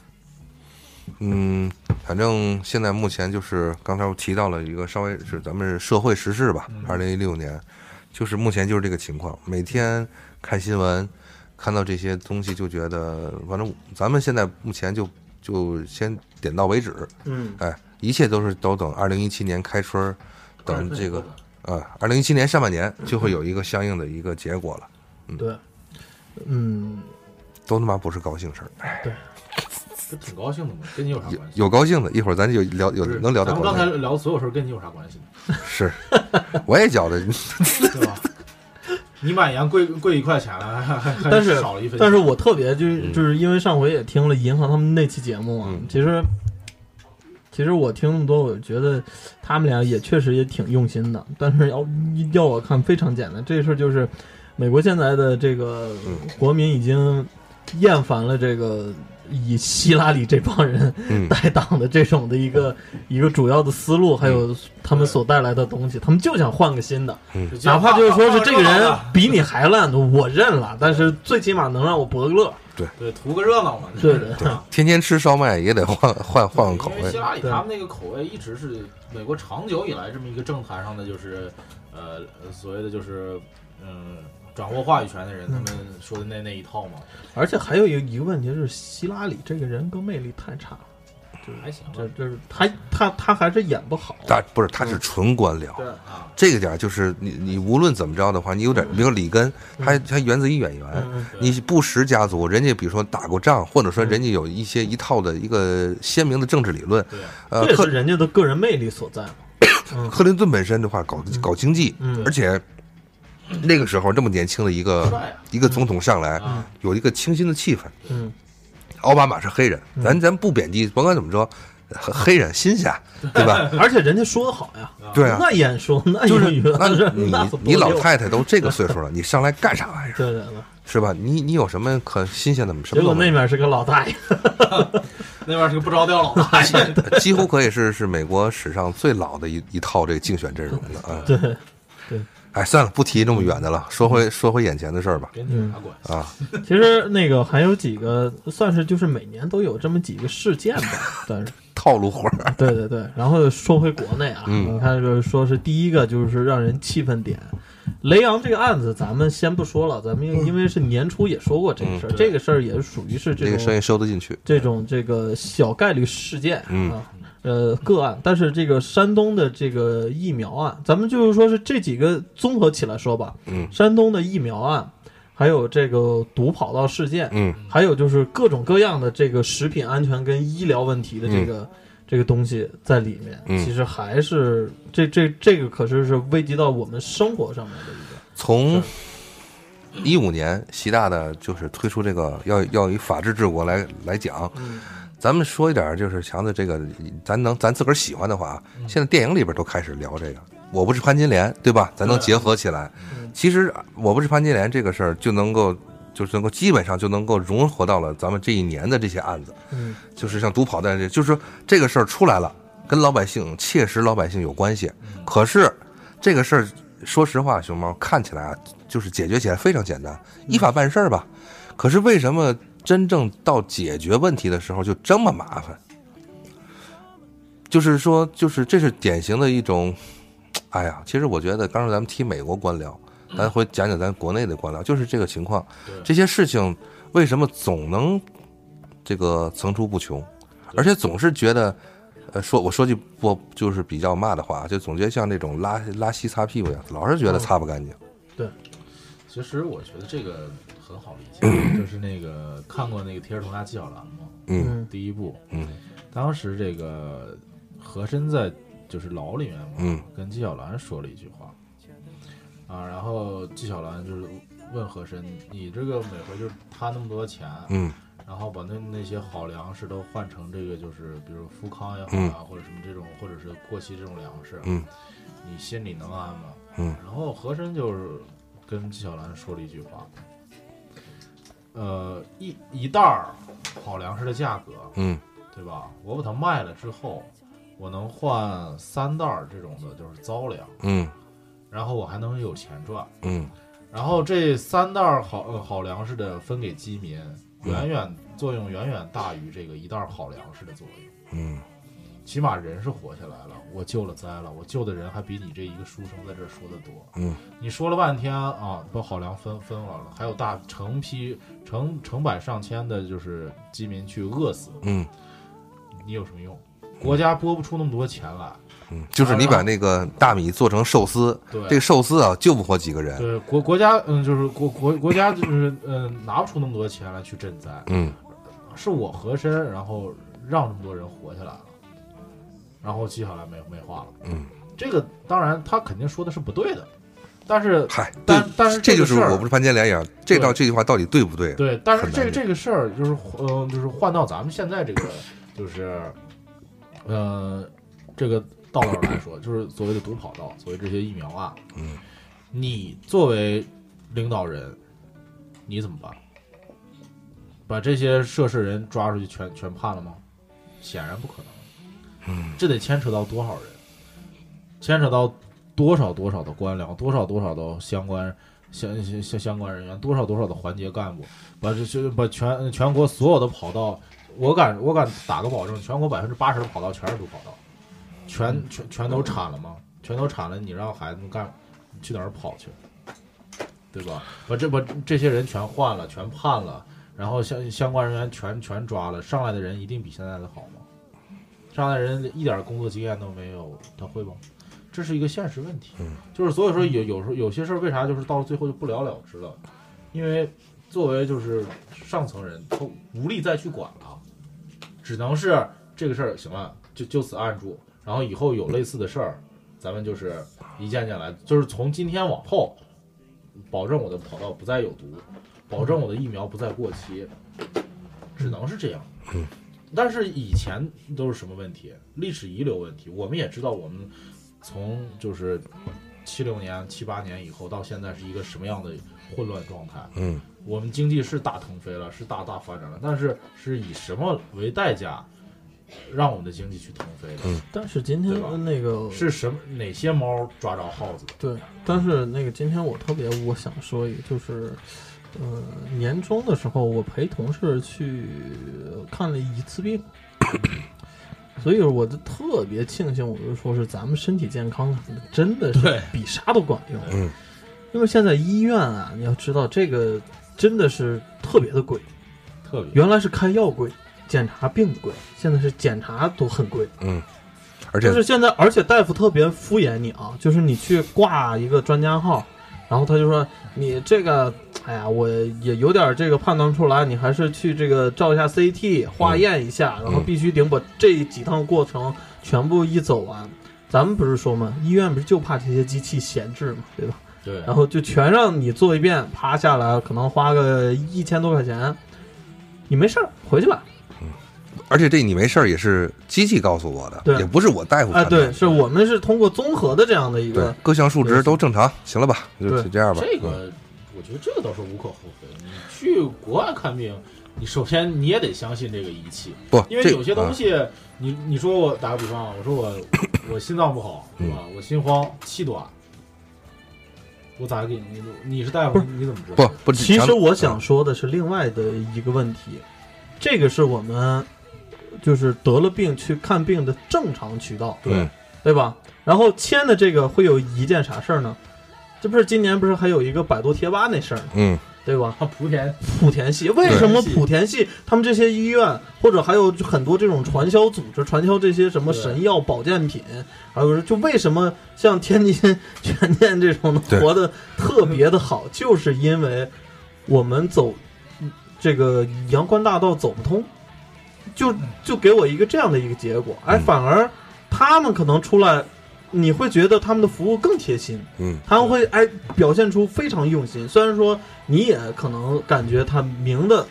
嗯，反正现在目前就是刚才我提到了一个稍微是咱们社会时事吧，二零一六年，就是目前就是这个情况，每天看新闻，看到这些东西就觉得，反正咱们现在目前就就先点到为止，嗯哎，一切都是都等二零一七年开春儿，等这个啊，二零一七年上半年就会有一个相应的一个结果了，对，嗯，都他妈不是高兴事儿，哎这挺高兴的嘛，跟你有啥有关系？有高兴的，一会儿咱就聊有不是能聊到咱们高刚兴才的。聊的所有事儿跟你有啥关系？是，我也觉得，对吧？你买盐贵贵一块钱了，还还还但是少了一分钱。但是我特别就是嗯就是因为上回也听了银行他们那期节目嘛，嗯其实其实我听那么多，我觉得他们俩也确实也挺用心的，但是要要我看非常简单，这事儿就是美国现在的这个嗯国民已经厌烦了这个。以希拉里这帮人 嗯带党的这种的一个一个主要的思路，还有他们所带来的东西，他们就想换个新的。就今哪儿怕放就是说是放这个热闹人的比你还烂，我认了，但是最起码能让我博个乐。对图个热闹嘛，对对对吧天天吃烧麦也得换换换换口因为希味。拉里对他们那个口味一直是美国长久以来这么一个政坛上的，就是呃呃所谓的就是嗯掌握话语权的人，他嗯们说的那那一套嘛，而且还有一个一个问题是，希拉里这个人格魅力太差了，还行啊吧这这是他他他还是演不好。他不是，他是纯官僚。对啊。这个点儿就是你你无论怎么着的话，你有点，比如里根，嗯他他源自于演员，嗯对你布什家族，人家比如说打过仗，或者说嗯人家有一些一套的一个鲜明的政治理论。对啊，这呃，也是克人家的个人魅力所在嘛。嗯克林顿本身的话搞搞经济，嗯而且那个时候这么年轻的一个帅啊一个总统上来，啊！有一个清新的气氛。嗯，奥巴马是黑人，咱咱不贬低，甭管怎么说，黑黑人新鲜，对吧？而且人家说的好呀，对啊，那演说那就是英语那是你那怎么你老溜太太都这个岁数了，你上来干啥玩意儿对对对，是吧？你你有什么可新鲜的？什结么果都没那有面是个老大爷，那边是个不着调老大 爷，几乎可以是是美国史上最老的一一套这个竞选阵容了啊！对，哎，算了，不提那么远的了，说回说回眼前的事儿吧。跟你有啥嗯关系？啊，其实那个还有几个，算是就是每年都有这么几个事件吧，算是。套路活儿，对对对，然后说回国内啊，嗯你看就是说是第一个就是让人气愤点，雷洋这个案子咱们先不说了，咱们嗯因为是年初也说过这个事儿，嗯这个事儿也属于是这这个生种意收得进去。这种这个小概率事件、嗯啊，呃个案，但是这个山东的这个疫苗案，咱们就是说是这几个综合起来说吧，嗯山东的疫苗案，还有这个毒跑道事件，嗯还有就是各种各样的这个食品安全跟医疗问题的这个、这个东西在里面，嗯其实还是这这这个可是是危及到我们生活上面的一个。从一五年习大大就是推出这个要要以法治治国来来讲，嗯咱们说一点儿就是强子这个，咱能咱自个儿喜欢的话，啊，现在电影里边都开始聊这个。我不是潘金莲，对吧？咱能结合起来。嗯其实我不是潘金莲这个事儿就能够，就是能够基本上就能够融合到了咱们这一年的这些案子，嗯就是像毒跑的这，就是说这个事儿出来了，跟老百姓切实老百姓有关系。可是这个事儿，说实话，熊猫看起来啊，就是解决起来非常简单，依法办事儿吧。可是为什么真正到解决问题的时候就这么麻烦？就是说，就是这是典型的一种，哎呀，其实我觉得刚才咱们提美国官僚，咱回讲讲咱国内的官僚，就是这个情况，这些事情为什么总能这个层出不穷，而且总是觉得，呃，说我说句不就是比较骂的话，就总觉得像那种拉拉稀擦屁股一样，老是觉得擦不干净。 其实我觉得这个很好理 解，就是那个看过那个《铁齿铜牙纪晓岚》吗？嗯嗯第一部，嗯当时这个和珅在就是牢里面嘛，嗯跟纪晓岚说了一句话，啊，然后纪晓岚就是问和珅，你这个每回就是贪那么多钱，嗯然后把那那些好粮食都换成这个就是比如富康也好嗯啊，或者什么这种，或者是过期这种粮食，嗯你心里能安吗？嗯然后和珅就是跟纪晓岚说了一句话，呃，一一袋儿好粮食的价格，嗯对吧？我把它卖了之后，我能换三袋儿这种的，就是糟粮，嗯然后我还能有钱赚。嗯然后这三袋儿好、呃、好粮食的分给饥民，远远作用远远大于这个一袋儿好粮食的作用。嗯起码人是活下来了，我救了灾了，我救的人还比你这一个书生在这儿说的多。嗯，你说了半天啊，把好粮分分完了，还有大成批成成百上千的，就是饥民去饿死，嗯你有什么用？国家拨不出那么多钱来，嗯，就是你把那个大米做成寿司，对这个寿司啊救不活几个人。对国国家嗯，就是国国国家就是嗯，拿不出那么多钱来去赈灾，嗯是我和珅，然后让这么多人活下来了，然后纪晓岚没没话了。嗯，这个当然他肯定说的是不对的，但是嗨，对但，但是这个就是事儿我不是潘金莲一样，这道这句话到底对不对？对，但是很这难这个事儿就是嗯、呃就是换到咱们现在这个就是呃这个道道来说，就是所谓的毒跑道，所谓这些疫苗案，嗯，你作为领导人，你怎么办？把这些涉事人抓出去全全判了吗？显然不可能。嗯，这得牵扯到多少人，牵扯到多少多少的官僚，多少多少的相关相相相相关人员，多少多少的环节干部，把这就把全全国所有的跑道，我敢我敢打个保证，全国百分之八十的跑道全是毒跑道，嗯全全全都铲了吗？全都铲了，你让孩子们干去哪儿跑去？对吧？把这把这些人全换了，全判了，然后相相关人员全全抓了，上来的人一定比现在的好吗？上来人一点工作经验都没有，他会吗？这是一个现实问题。嗯就是所以说有有时候有些事儿为啥就是到了最后就不了了之了，因为作为就是上层人，他无力再去管了，只能是这个事儿行了，就就此按住，然后以后有类似的事儿，咱们就是一件件来，就是从今天往后，保证我的跑道不再有毒，保证我的疫苗不再过期，只能是这样。但是以前都是什么问题？历史遗留问题。我们也知道，我们从就是七六年、七八年以后到现在是一个什么样的混乱状态。嗯我们经济是大腾飞了，是大大发展了，但是是以什么为代价让我们的经济去腾飞的？但是今天对吧呃那个是什么哪些猫抓着耗子的？对，但是那个今天我特别我想说一个，就是，呃，年终的时候我陪同事去呃看了一次病， 所以我就特别庆幸，我就说是咱们身体健康啊真的对是比啥都管用，嗯因为现在医院啊，你要知道这个真的是特别的贵，特别原来是开药贵，检查病贵，现在是检查都很贵。嗯，而且就是现在，而且大夫特别敷衍你啊，就是你去挂一个专家号，然后他就说你这个，哎呀，我也有点这个判断不出来，你还是去这个照一下 CT 化验一下，然后嗯必须得把这几趟过程全部一走完。咱们不是说嘛，医院不是就怕这些机器闲置嘛，对吧？对，然后就全让你做一遍，啪下来可能花个一千多块钱，你没事儿回去吧。而且这你没事儿也是机器告诉我的，对也不是我大夫啊哎，判断对，的。是我们是通过综合的这样的一对个，各项数值都正常，行了吧？就对就这样吧。嗯这个我觉得这个倒是无可厚非。你去国外看病，你首先你也得相信这个仪器，嗯不，因为这有些东啊西，你你说我打个比方啊，我说我我心脏不好，对吧？我心慌气短，我咋给你？你是大夫，你怎么知不道？不，其强实我想说的是另外的一个问题，这个是我们就是得了病去看病的正常渠道，嗯对吧？然后签的这个会有一件啥事儿呢？这不是今年不是还有一个百度贴吧那事儿呢，嗯对吧？啊，莆田莆田系为什么莆田系他们这些医院或者还有很多这种传销组织传销这些什么神药保健品，还有就为什么像天津全健这种的对活得特别的好，就是因为我们走这个阳关大道走不通，就就给我一个这样的一个结果，哎，嗯反而他们可能出来你会觉得他们的服务更贴心，嗯，他们会哎表现出非常用心。虽然说你也可能感觉他明的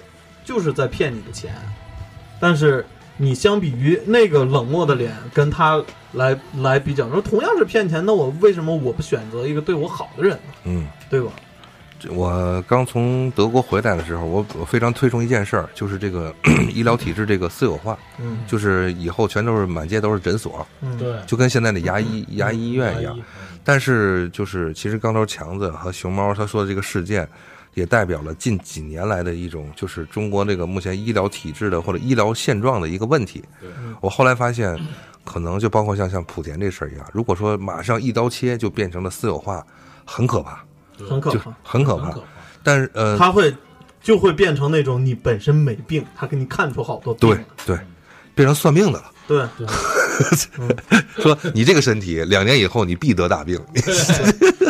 就是在骗你的钱，但是你相比于那个冷漠的脸跟他来来比较，说同样是骗钱，那我为什么我不选择一个对我好的人呢？嗯，对吧？这我刚从德国回来的时候，我我非常推崇一件事儿，就是这个 医疗体制这个私有化，嗯，就是以后全都是满街都是诊所，嗯，对，就跟现在的牙医牙医医院一样。嗯但是就是其实刚头强子和熊猫他说的这个事件，也代表了近几年来的一种就是中国这个目前医疗体制的或者医疗现状的一个问题。对我后来发现，可能就包括像像莆田这事儿一样，如果说马上一刀切就变成了私有化，很可怕，对很可就是怕，很可很怕可。怕。但是呃，他会就会变成那种你本身没病，他给你看出好多病对来。对，变成算命的了，对，对，说你这个身体两年以后你必得大病。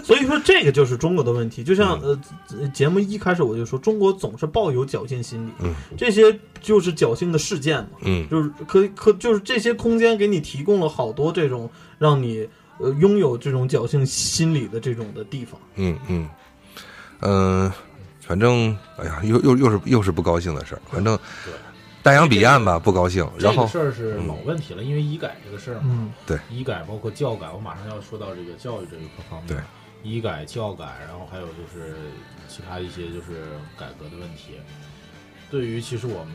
所以说这个就是中国的问题。就像呃，呃节目一开始我就说，中国总是抱有侥幸心理，嗯这些就是侥幸的事件嘛，嗯就是可可就是这些空间给你提供了好多这种让你呃拥有这种侥幸心理的这种的地方。嗯嗯，嗯、反正哎呀，又又又是又是不高兴的事儿。反正对大洋彼岸吧，不高兴。这然个后嗯事儿是老问题了，因为医改这个事儿嘛，嗯医改包括教改，我马上要说到这个教育这一块方面。对，医改、教改，然后还有就是其他一些就是改革的问题。对于其实我们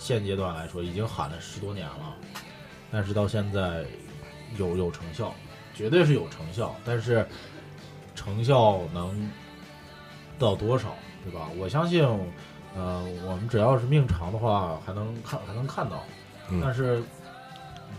现阶段来说，已经喊了十多年了，但是到现在有有成效，绝对是有成效，但是成效能到多少，对吧？我相信，呃，我们只要是命长的话，还能看还能看到，嗯但是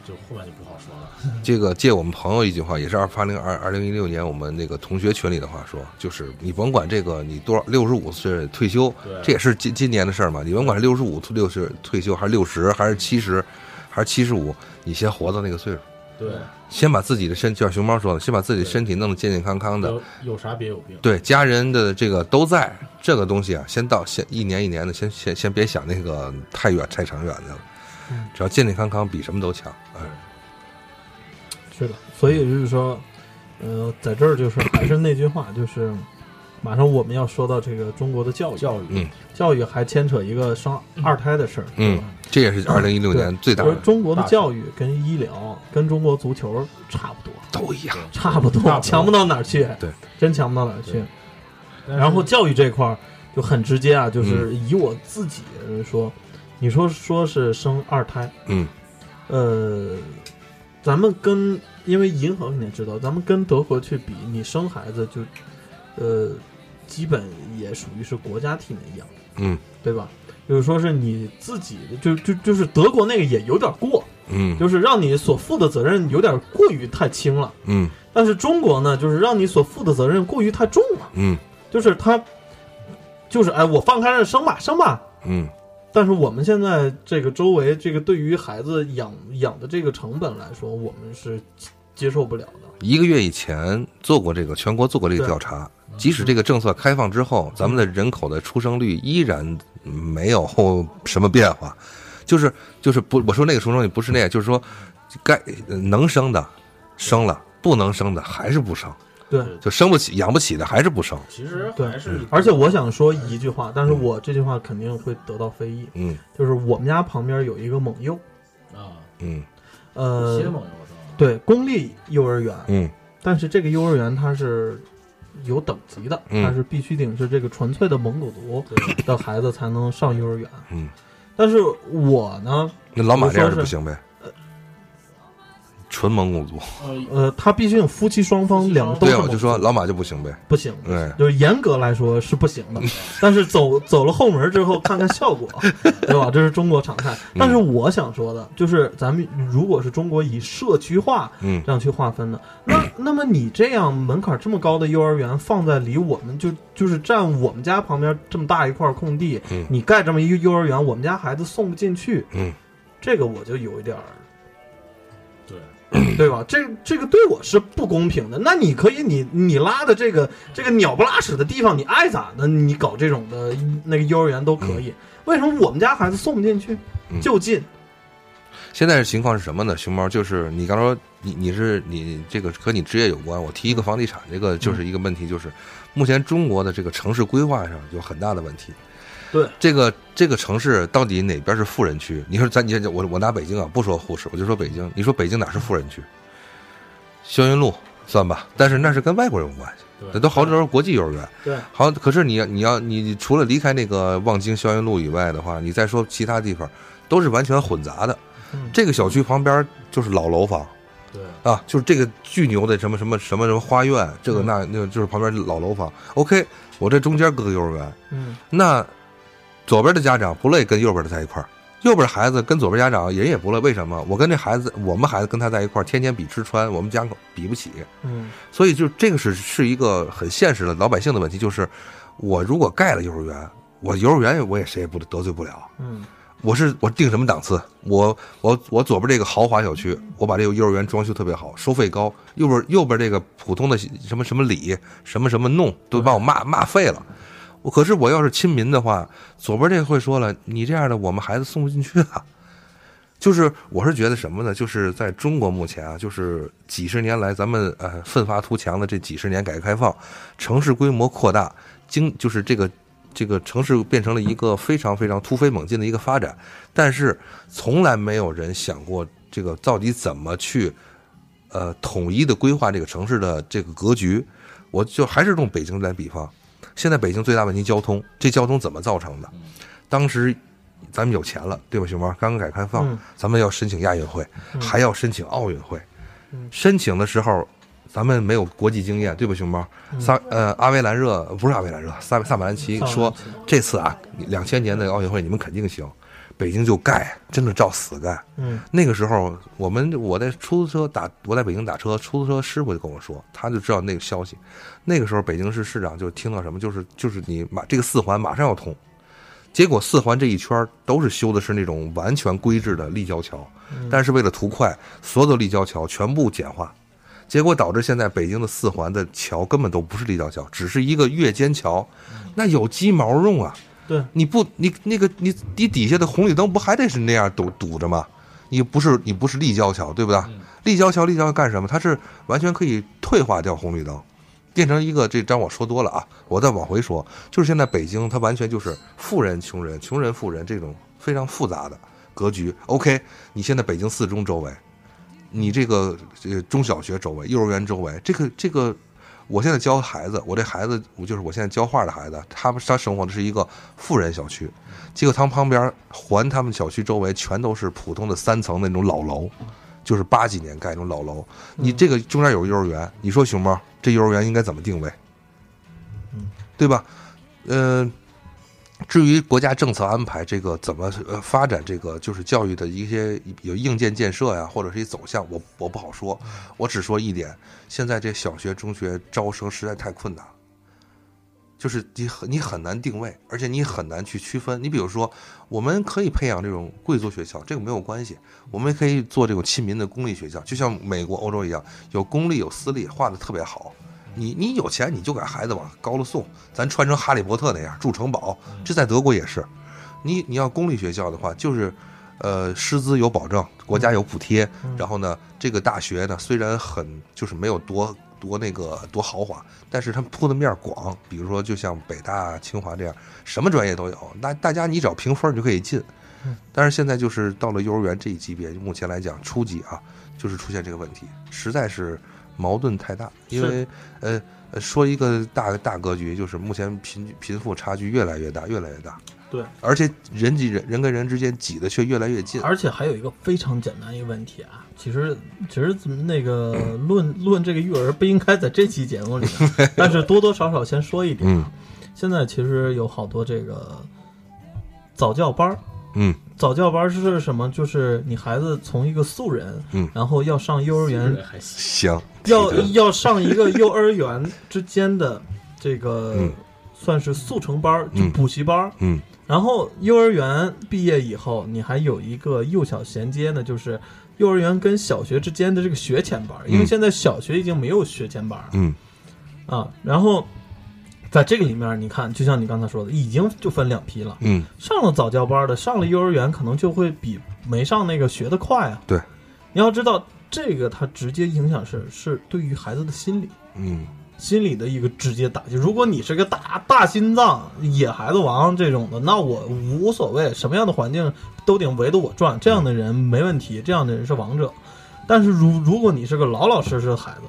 就后面就不好说了。这个借我们朋友一句话，也是二八零二二零一六年我们那个同学群里的话说，就是你甭管这个你多少六十五岁退休，对，这也是今今年的事儿嘛。你甭管是六十五、六十退休，还是六十，还是七十，还是七十五，你先活到那个岁数，对，先把自己的身，就像熊猫说的，先把自己的身体弄得健健康康嗯的。有有啥别有病。对家人的这个都在，这个东西啊，先到先一年一年的，先先先别想那个太远太长远的了嗯，只要健健康康比什么都强。哎，是的，所以就是说，呃，在这儿就是还是那句话，就是马上我们要说到这个中国的教育，教育，嗯教育还牵扯一个生二胎的事儿，对吧嗯，这也是二零一六年最大就是的，中国的教育跟医疗跟中国足球差不多，都一样。差不差不多，多 强不到哪儿去。对，真强不到哪儿去对。但是然后教育这块儿就很直接啊，就是以我自己呃说，你说说是生二胎，嗯呃，咱们跟因为银行你也知道，咱们跟德国去比，你生孩子就呃，基本也属于是国家替你养，嗯对吧？就是说是你自己的，就就就是德国那个也有点过，嗯就是让你所负的责任有点过于太轻了。嗯但是中国呢，就是让你所负的责任过于太重了，嗯就是他，就是哎，我放开了生吧，生吧。嗯但是我们现在这个周围这个对于孩子养养的这个成本来说，我们是接受不了的。一个月以前做过这个全国做过这个调查，即使这个政策开放之后，咱们的人口的出生率依然没有什么变化，就是就是不，我说那个出生率不是那样，就是说该呃能生的生了，不能生的还是不生，对，对就生不起养不起的还是不生，其实对还是，而且我想说一句话，但是我这句话肯定会得到非议，嗯就是我们家旁边有一个蒙幼，啊，嗯呃新，朋友是吧？对，公立幼儿园，嗯但是这个幼儿园它是有等级的，嗯它是必须得是这个纯粹的蒙古族对的孩子才能上幼儿园。嗯，但是我呢，那老马这样就不行呗，纯蒙古族，呃，呃，他毕竟夫妻双方两个都对是啊，蒙我古就族说老马就不行呗，哎不行，对，就是严格来说是不行的。 但是走走了后门之后，看看效果，对吧？这是中国常态。嗯但是我想说的就是，咱们如果是中国以社区化嗯这样去划分的。那那么你这样门槛这么高的幼儿园放在离我们就就是占我们家旁边这么大一块空地，嗯你盖这么一个幼儿园，我们家孩子送不进去，嗯这个我就有一点儿，对，对吧？这这个对我是不公平的。那你可以你你拉的这个这个鸟不拉屎的地方，你爱咋的你搞这种的那个幼儿园都可以，为什么我们家孩子送不进去嗯就近？现在的情况是什么呢？熊猫就是你刚说你你是你这个和你职业有关，我提一个房地产这个就是一个问题，就是目前中国的这个城市规划上有很大的问题。对这个这个城市到底哪边是富人区？你说咱你我我拿北京啊，不说沪市，我就说北京。你说北京哪是富人区？霄云路算吧，但是那是跟外国人有关系，那对，都好几都是国际幼儿园。对，好，可是你你要你你除了离开那个望京霄云路以外的话，你再说其他地方都是完全混杂的。嗯这个小区旁边就是老楼房对，啊，就是这个巨牛的什么什么什么什么花苑，这个那那个就是旁边老楼房。OK，我这中间搁个幼儿园，嗯，那左边的家长不乐意跟右边的在一块儿，右边孩子跟左边家长人也不乐意，为什么？我跟这孩子，我们孩子跟他在一块儿，天天比吃穿，我们家比不起。嗯，所以就这个是是一个很现实的老百姓的问题，就是我如果盖了幼儿园，我幼儿园我也谁也不得罪不了。嗯，我是我定什么档次？我我我左边这个豪华小区，我把这个幼儿园装修特别好，收费高；右边右边这个普通的什么什么里什么什么弄，都把我骂骂废了。我可是我要是亲民的话，左边这个会说了，你这样的我们孩子送不进去啊。 就是我是觉得什么呢？就是在中国目前啊，就是几十年来咱们呃奋发图强的这几十年改革开放，城市规模扩大，经就是这个这个城市变成了一个非常非常突飞猛进的一个发展，但是从来没有人想过这个到底怎么去呃统一的规划这个城市的这个格局。我就还是用北京来比方，现在北京最大问题交通，这交通怎么造成的？当时咱们有钱了，对吧，熊猫？刚刚改革开放，嗯咱们要申请亚运会，嗯还要申请奥运会嗯。申请的时候，咱们没有国际经验，对吧，熊猫？萨呃，阿维兰热不是阿维兰热，萨萨马兰奇萨马说兰奇，这次啊，两千年的奥运会你们肯定行，北京就盖，真的照死盖。嗯，那个时候，我们我在出租车打，我在北京打车，出租车师傅就跟我说，他就知道那个消息。那个时候，北京市市长就听到什么，就是就是你马这个四环马上要通，结果四环这一圈儿都是修的是那种完全规制的立交桥，但是为了图快，所有的立交桥全部简化，结果导致现在北京的四环的桥根本都不是立交桥，只是一个越间桥，那有鸡毛用啊！对，你不，你那个你你底下的红绿灯不还得是那样堵堵着吗？你不是你不是立交桥对不对？立交桥立交桥干什么？它是完全可以退化掉红绿灯，变成一个这张我说多了啊，我再往回说，就是现在北京它完全就是富人穷人穷人富人这种非常复杂的格局。OK，你现在北京四中周围，你这个呃中小学周围、幼儿园周围，这个这个我现在教孩子，我这孩子，我就是我现在教画的孩子，他们他生活的是一个富人小区，结果他们旁边环他们小区周围全都是普通的三层的那种老楼，就是八几年盖那种老楼。你这个中间有个幼儿园，你说熊猫这幼儿园应该怎么定位？对吧？嗯、至于国家政策安排这个怎么呃发展这个就是教育的一些有硬件建设呀，或者是一走向，我我不好说。我只说一点，现在这小学、中学招生实在太困难了，就是你很你很难定位，而且你很难去区分。你比如说，我们可以培养这种贵族学校，这个没有关系；我们也可以做这种亲民的公立学校，就像美国、欧洲一样，有公立有私立，画的特别好。你你有钱，你就给孩子往高了送，咱穿成哈利波特那样住城堡，这在德国也是。你你要公立学校的话，就是，呃，师资有保证，国家有补贴，然后呢，这个大学呢虽然很就是没有多多那个多豪华，但是他们铺的面儿广，比如说就像北大、清华这样，什么专业都有，那大家你只要评分儿你就可以进。但是现在就是到了幼儿园这一级别，目前来讲初级啊，就是出现这个问题，实在是矛盾太大。因为呃呃，说一个大大格局，就是目前贫贫富差距越来越大，越来越大。对，而且人挤人，人跟人之间挤的却越来越近。而且还有一个非常简单一个问题啊，其实其实咱们那个 论论这个育儿不应该在这期节目里面，但是多多少少先说一点嗯啊。现在其实有好多这个早教班儿，嗯早教班儿是什么？就是你孩子从一个素人，嗯然后要上幼儿园，还行，行，要记得要上一个幼儿园之间的这个、嗯算是速成班儿，就嗯补习班儿，嗯然后幼儿园毕业以后，你还有一个幼小衔接呢，就是幼儿园跟小学之间的这个学前班儿，因为嗯现在小学已经没有学前班儿了嗯啊。然后在这个里面，你看，就像你刚才说的，已经就分两批了。嗯，上了早教班的，上了幼儿园，可能就会比没上那个学得快啊。对，你要知道，这个它直接影响是是对于孩子的心理，嗯，心理的一个直接打击。如果你是个大大心脏、野孩子王这种的，那我无所谓，什么样的环境都得围着我转。这样的人没问题，这样的人是王者。但是如如果你是个老老实实的孩子，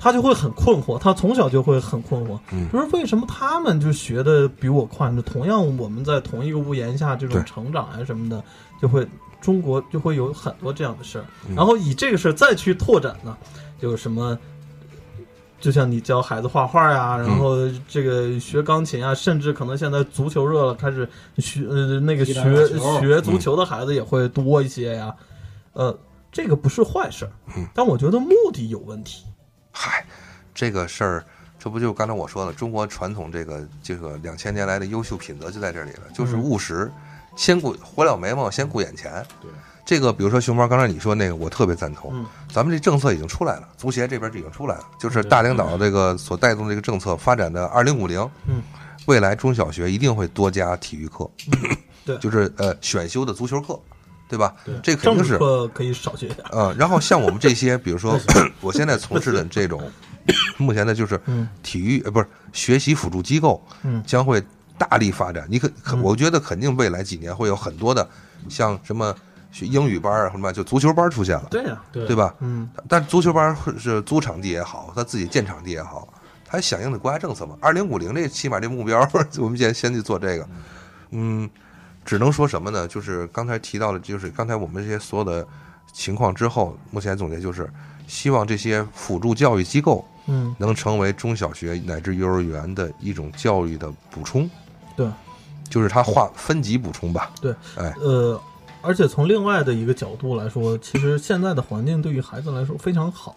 他就会很困惑，他从小就会很困惑。嗯就是为什么他们就学的比我快？就同样我们在同一个屋檐下这种对成长啊什么的，就会中国就会有很多这样的事儿。嗯然后以这个事儿再去拓展呢，有什么？就像你教孩子画画呀、然后这个学钢琴啊，甚至可能现在足球热了，开始学呃那个踢学篮球学足球的孩子也会多一些呀。呃，这个不是坏事儿嗯，但我觉得目的有问题。嗨，这个事儿，这不就刚才我说的，中国传统这个这个两千年来的优秀品德就在这里了，就是嗯务实，先顾火燎眉毛，先顾眼前。对，这个比如说熊猫，刚才你说那个，我特别赞同。嗯咱们这政策已经出来了，足协这边就已经出来了，就是对大领导这个所带动的这个政策发展的二零五零，嗯，未来中小学一定会多加体育课，对 就是呃选修的足球课，对吧？对这肯政定治是。课可以少学点儿。呃，然后像我们这些，比如说 我现在从事的这种， 目前的就是嗯体育呃不是学习辅助机构嗯将会大力发展。你可可嗯我觉得肯定未来几年会有很多的像什么学英语班啊什么就足球班出现 了，对呀、对对？吧？嗯但足球班是租场地也好，他自己建场地也好，它响应的国家政策嘛。二零五零这起码这目标， 我们先先去做这个。嗯，只能说什么呢？就是刚才提到的，就是刚才我们这些所有的情况之后，目前总结就是，希望这些辅助教育机构嗯，能成为中小学乃至幼儿园的一种教育的补充，对。就是它划分级补充吧。哎呃，而且从另外的一个角度来说，其实现在的环境对于孩子来说非常好，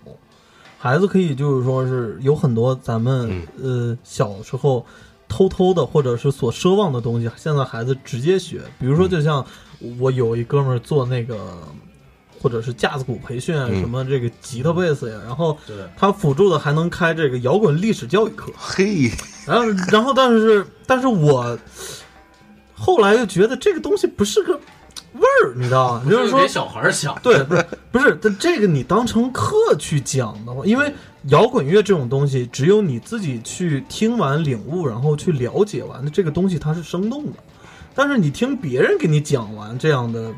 孩子可以就是说是有很多咱们、嗯呃小时候偷偷的或者是所奢望的东西，现在孩子直接学。比嗯如说，就像我有一哥们儿做那个。或者是架子鼓培训啊，嗯什么这个吉他、贝斯呀，然后对，他辅助的还能开这个摇滚历史教育课，嘿，然后，然后，但是，但是我后来又觉得这个东西不是个味儿，你知道吗？就是说给，小孩儿想，对，不是，不是，但这个你当成课去讲的话，因为摇滚乐这种东西，只有你自己去听完、领悟，然后去了解完的这个东西，它是生动的。但是你听别人给你讲完这样的，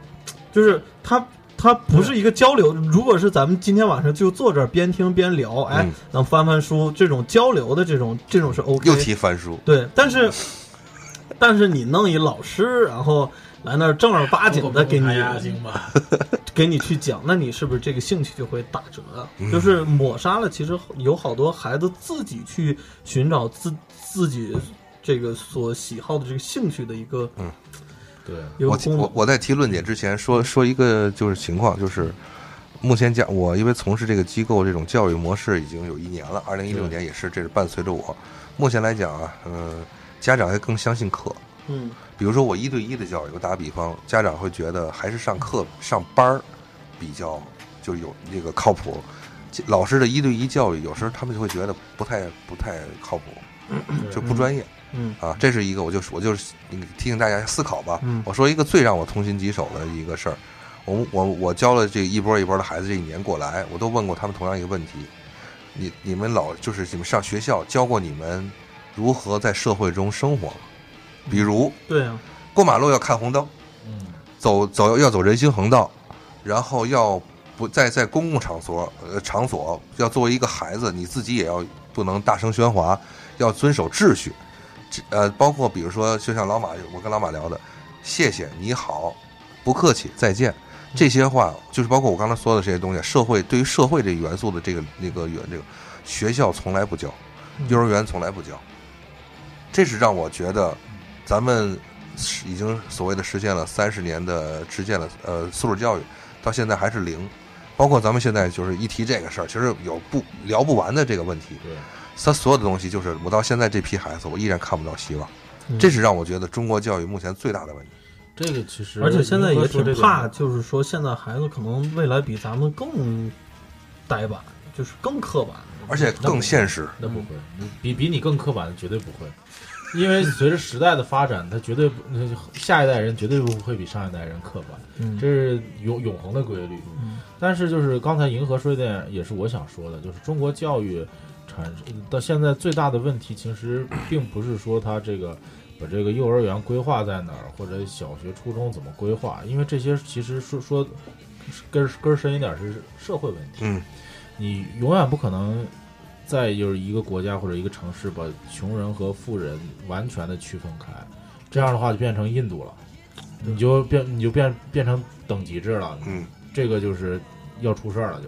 就是它。它不是一个交流，如果是咱们今天晚上就坐这儿边听边聊，哎嗯，能翻翻书，这种交流的这种这种是 OK 又的。提翻书，对，但是但是你弄一老师，然后来那儿正儿八经的给你哎呀，行 吧，给你去讲，那你是不是这个兴趣就会打折？就是抹杀了，其实有好多孩子自己去寻找自自己这个所喜好的这个兴趣的一个对，一个我功我能。我在提论点之前说说一个就是情况，就是目前讲我因为从事这个机构这种教育模式已经有一年了，二零一六对年也是这是伴随着我。目前来讲啊，呃，家长还更相信课。嗯比如说我一对一的教育，我打比方，家长会觉得还是上课上班儿比较就有那个靠谱。这老师的一对一教育，有时候他们就会觉得不太不太靠谱，就不专业。嗯啊，这是一个，我就是我就是提醒大家思考吧。嗯我说一个最让我痛心疾首的一个事儿，我我我教了这一波一波的孩子这一年过来，我都问过他们同样一个问题：你你们老就是你们上学校教过你们如何在社会中生活吗？比如对啊，过马路要看红灯，嗯，走走要走人行横道，然后要不在在公共场所呃场所要作为一个孩子，你自己也要不能大声喧哗，要遵守秩序。这呃，包括比如说，就像老马，我跟老马聊的，谢谢你好，不客气，再见。这些话就是包括我刚才说的这些东西，社会对于社会这元素的这个那个元这个学校从来不教，嗯幼儿园从来不教，这是让我觉得咱们是已经所谓的实现了三十年的实现了呃素质教育，到现在还是零。包括咱们现在就是一提这个事儿，其实有不聊不完的这个问题。对，他所有的东西，就是我到现在这批孩子，我依然看不到希望，嗯这是让我觉得中国教育目前最大的问题。这个其实，而且现在也挺您说这怕，个，就是说现在孩子可能未来比咱们更呆板，就是更刻板。而且更现实。嗯那不会，你嗯比比你更刻板的绝对不会，因为随着时代的发展，他绝对不，下一代人绝对不会比上一代人刻板，嗯这是永永恒的规律。嗯但是就是刚才银河说一点，也是我想说的，就是中国教育产生到现在最大的问题，其实并不是说它这个把这个幼儿园规划在哪儿，或者小学、初中怎么规划，因为这些其实说说根儿根儿深一点是社会问题。嗯，你永远不可能在就是一个国家或者一个城市把穷人和富人完全的区分开，这样的话就变成印度了，你就变你就变变成等级制了，嗯，这个就是要出事儿了就，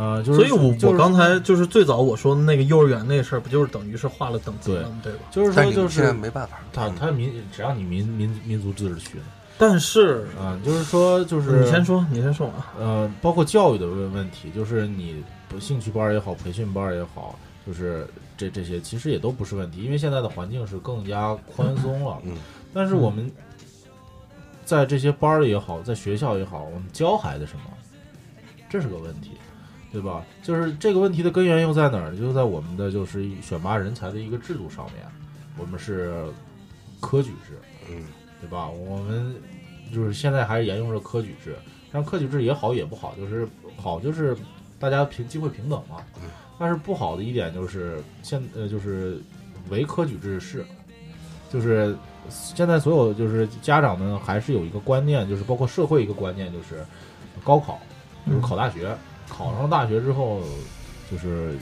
呃，就是所以我就是我刚才就是最早我说的那个幼儿园那事儿，不就是等于是划了等级对了吗？对吧？就是但说你就现在是没办法，他他民只要你民民民族自治区的但是啊、就是说就是你先说，你先说啊。呃，包括教育的问问题，就是你不兴趣班儿也好，培训班儿也好，就是这这些其实也都不是问题，因为现在的环境是更加宽松了。嗯，但是我们在这些班儿也好，在学校也好，我们教孩子什么，这是个问题，对吧？就是这个问题的根源又在哪儿呢？就在我们的就是选拔人才的一个制度上面，我们是科举制，嗯，对吧？我们就是现在还是沿用着科举制，但是科举制也好也不好，就是好就是大家平机会平等嘛嗯。但是不好的一点就是现呃就是唯科举制是，就是现在所有就是家长们还是有一个观念，就是包括社会一个观念就是高考，嗯就是考大学，考上大学之后就是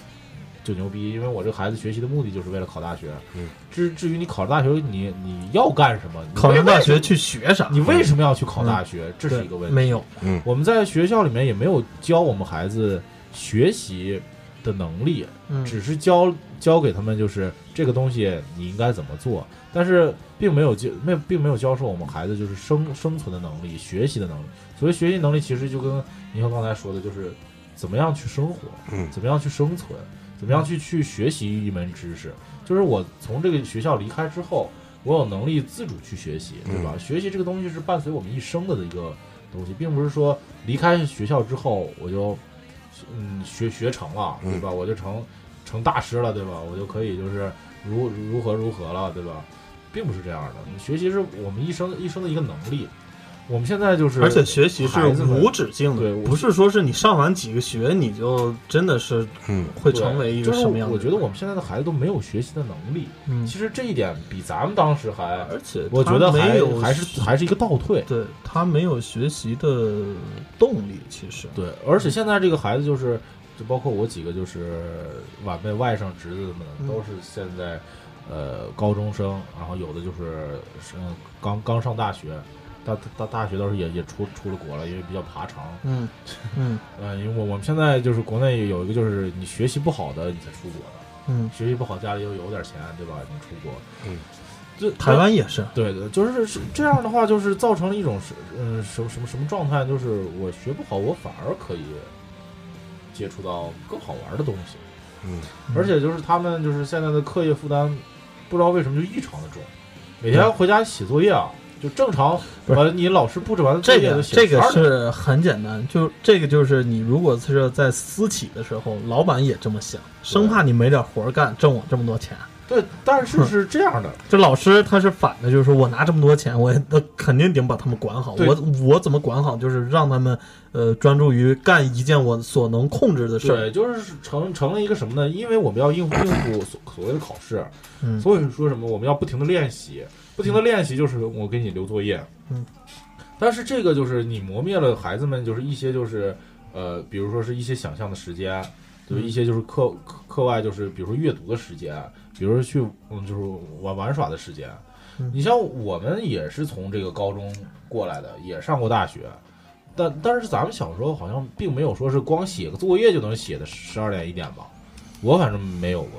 就牛逼，因为我这个孩子学习的目的就是为了考大学。嗯，至至于你考上大学你你要干什么，你考上大为学去学啥？你为什么要去考大学，这是一个问题。没有，我们在学校里面也没有教我们孩子学习的能力，嗯，只是教教给他们就是这个东西你应该怎么做，但是并没有教没有并没有教授我们孩子就是生生存的能力、学习的能力。所谓学习能力，其实就跟您和刚才说的，就是怎么样去生活，嗯怎么样去生存，怎么样去去学习一门知识。就是我从这个学校离开之后，我有能力自主去学习，对吧？嗯学习这个东西是伴随我们一生的一个东西，并不是说离开学校之后我就嗯学学成了，对吧？我就成成大师了，对吧？我就可以就是如如何如何了，对吧？并不是这样的，你学习是我们一生一生的一个能力。我们现在就是，而且学习是孩子们无止境的对，我不是说是你上完几个学你就真的是嗯，会成为一个对什么样的人。就是我觉得我们现在的孩子都没有学习的能力，嗯，其实这一点比咱们当时还，而且我觉得他没还有还是还是一个倒退。对他没有学习的动力，其实对，嗯而且现在这个孩子就是，就包括我几个就是晚辈外甥侄子们嗯的，都是现在呃高中生，然后有的就是是刚刚上大学，大大大学倒是也也出出了国了，因为比较爬长。嗯嗯呃，因为我我们现在就是国内有一个就是你学习不好的你才出国的。嗯，学习不好，家里又有点钱，对吧？你出国，嗯，就台湾也是，对对，就是是这样的话，就是造成了一种是嗯什么什么什么状态，就是我学不好，我反而可以接触到更好玩的东西，嗯，嗯而且就是他们就是现在的课业负担，不知道为什么就异常的重，每天回家写作业啊，就正常不是把你老师布置完的作这业都个写这个12点是很简单，就这个就是你如果是在私企的时候，老板也这么想，生怕你没点活儿干，挣我这么多钱。对，但是是这样的，这老师他是反的，就是说我拿这么多钱，我也那肯定得把他们管好。对我我怎么管好？就是让他们呃专注于干一件我所能控制的事儿对，。就是成成了一个什么呢？因为我们要应付应付所所谓的考试，嗯所以说什么我们要不停的练习，不停的练习就是我给你留作业，嗯，但是这个就是你磨灭了孩子们就是一些就是呃，比如说是一些想象的时间，嗯就是一些就是课课课外就是比如说阅读的时间，比如说去嗯就是玩玩耍的时间嗯。你像我们也是从这个高中过来的，也上过大学，但但是咱们小时候好像并没有说是光写个作业就能写的十二点一点吧，我反正没有过。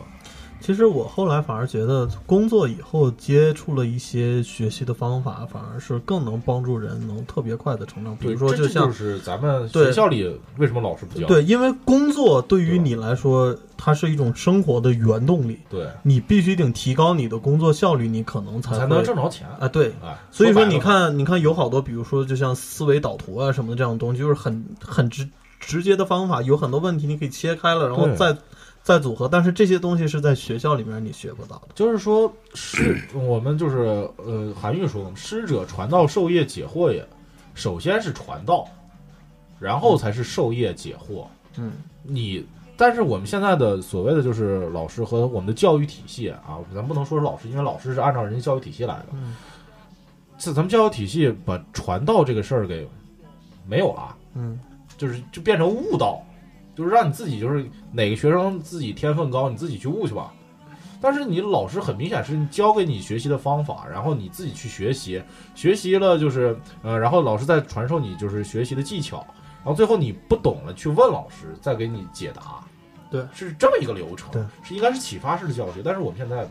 其实我后来反而觉得，工作以后接触了一些学习的方法，反而是更能帮助人能特别快的成长。比对，如说，这像就是咱们对学校里为什么老师不教？对，因为工作对于对吧你来说，它是一种生活的原动力，对，你必须得提高你的工作效率，你可能才才会能挣着钱。啊。对，哎，所以说说白了你，看，你看有好多，比如说就像思维导图啊什么的这样的东西，就是很很直直接的方法，有很多问题你可以切开了，然后对再再组合，但是这些东西是在学校里面你学不到的。就是说，师我们就是呃，韩愈说的嘛，师者，传道授业解惑也。首先是传道，然后才是授业解惑。嗯，你，但是我们现在的所谓的就是老师和我们的教育体系啊，咱不能说是老师，因为老师是按照人家教育体系来的。嗯这咱们教育体系把传道这个事儿给没有了，嗯就是就变成悟道，就是让你自己就是哪个学生自己天分高，你自己去悟去吧。但是你老师很明显是你教给你学习的方法，然后你自己去学习，学习了就是呃，然后老师再传授你就是学习的技巧，然后最后你不懂了去问老师，再给你解答。对，是这么一个流程。对，是应该是启发式的教学，但是我们现在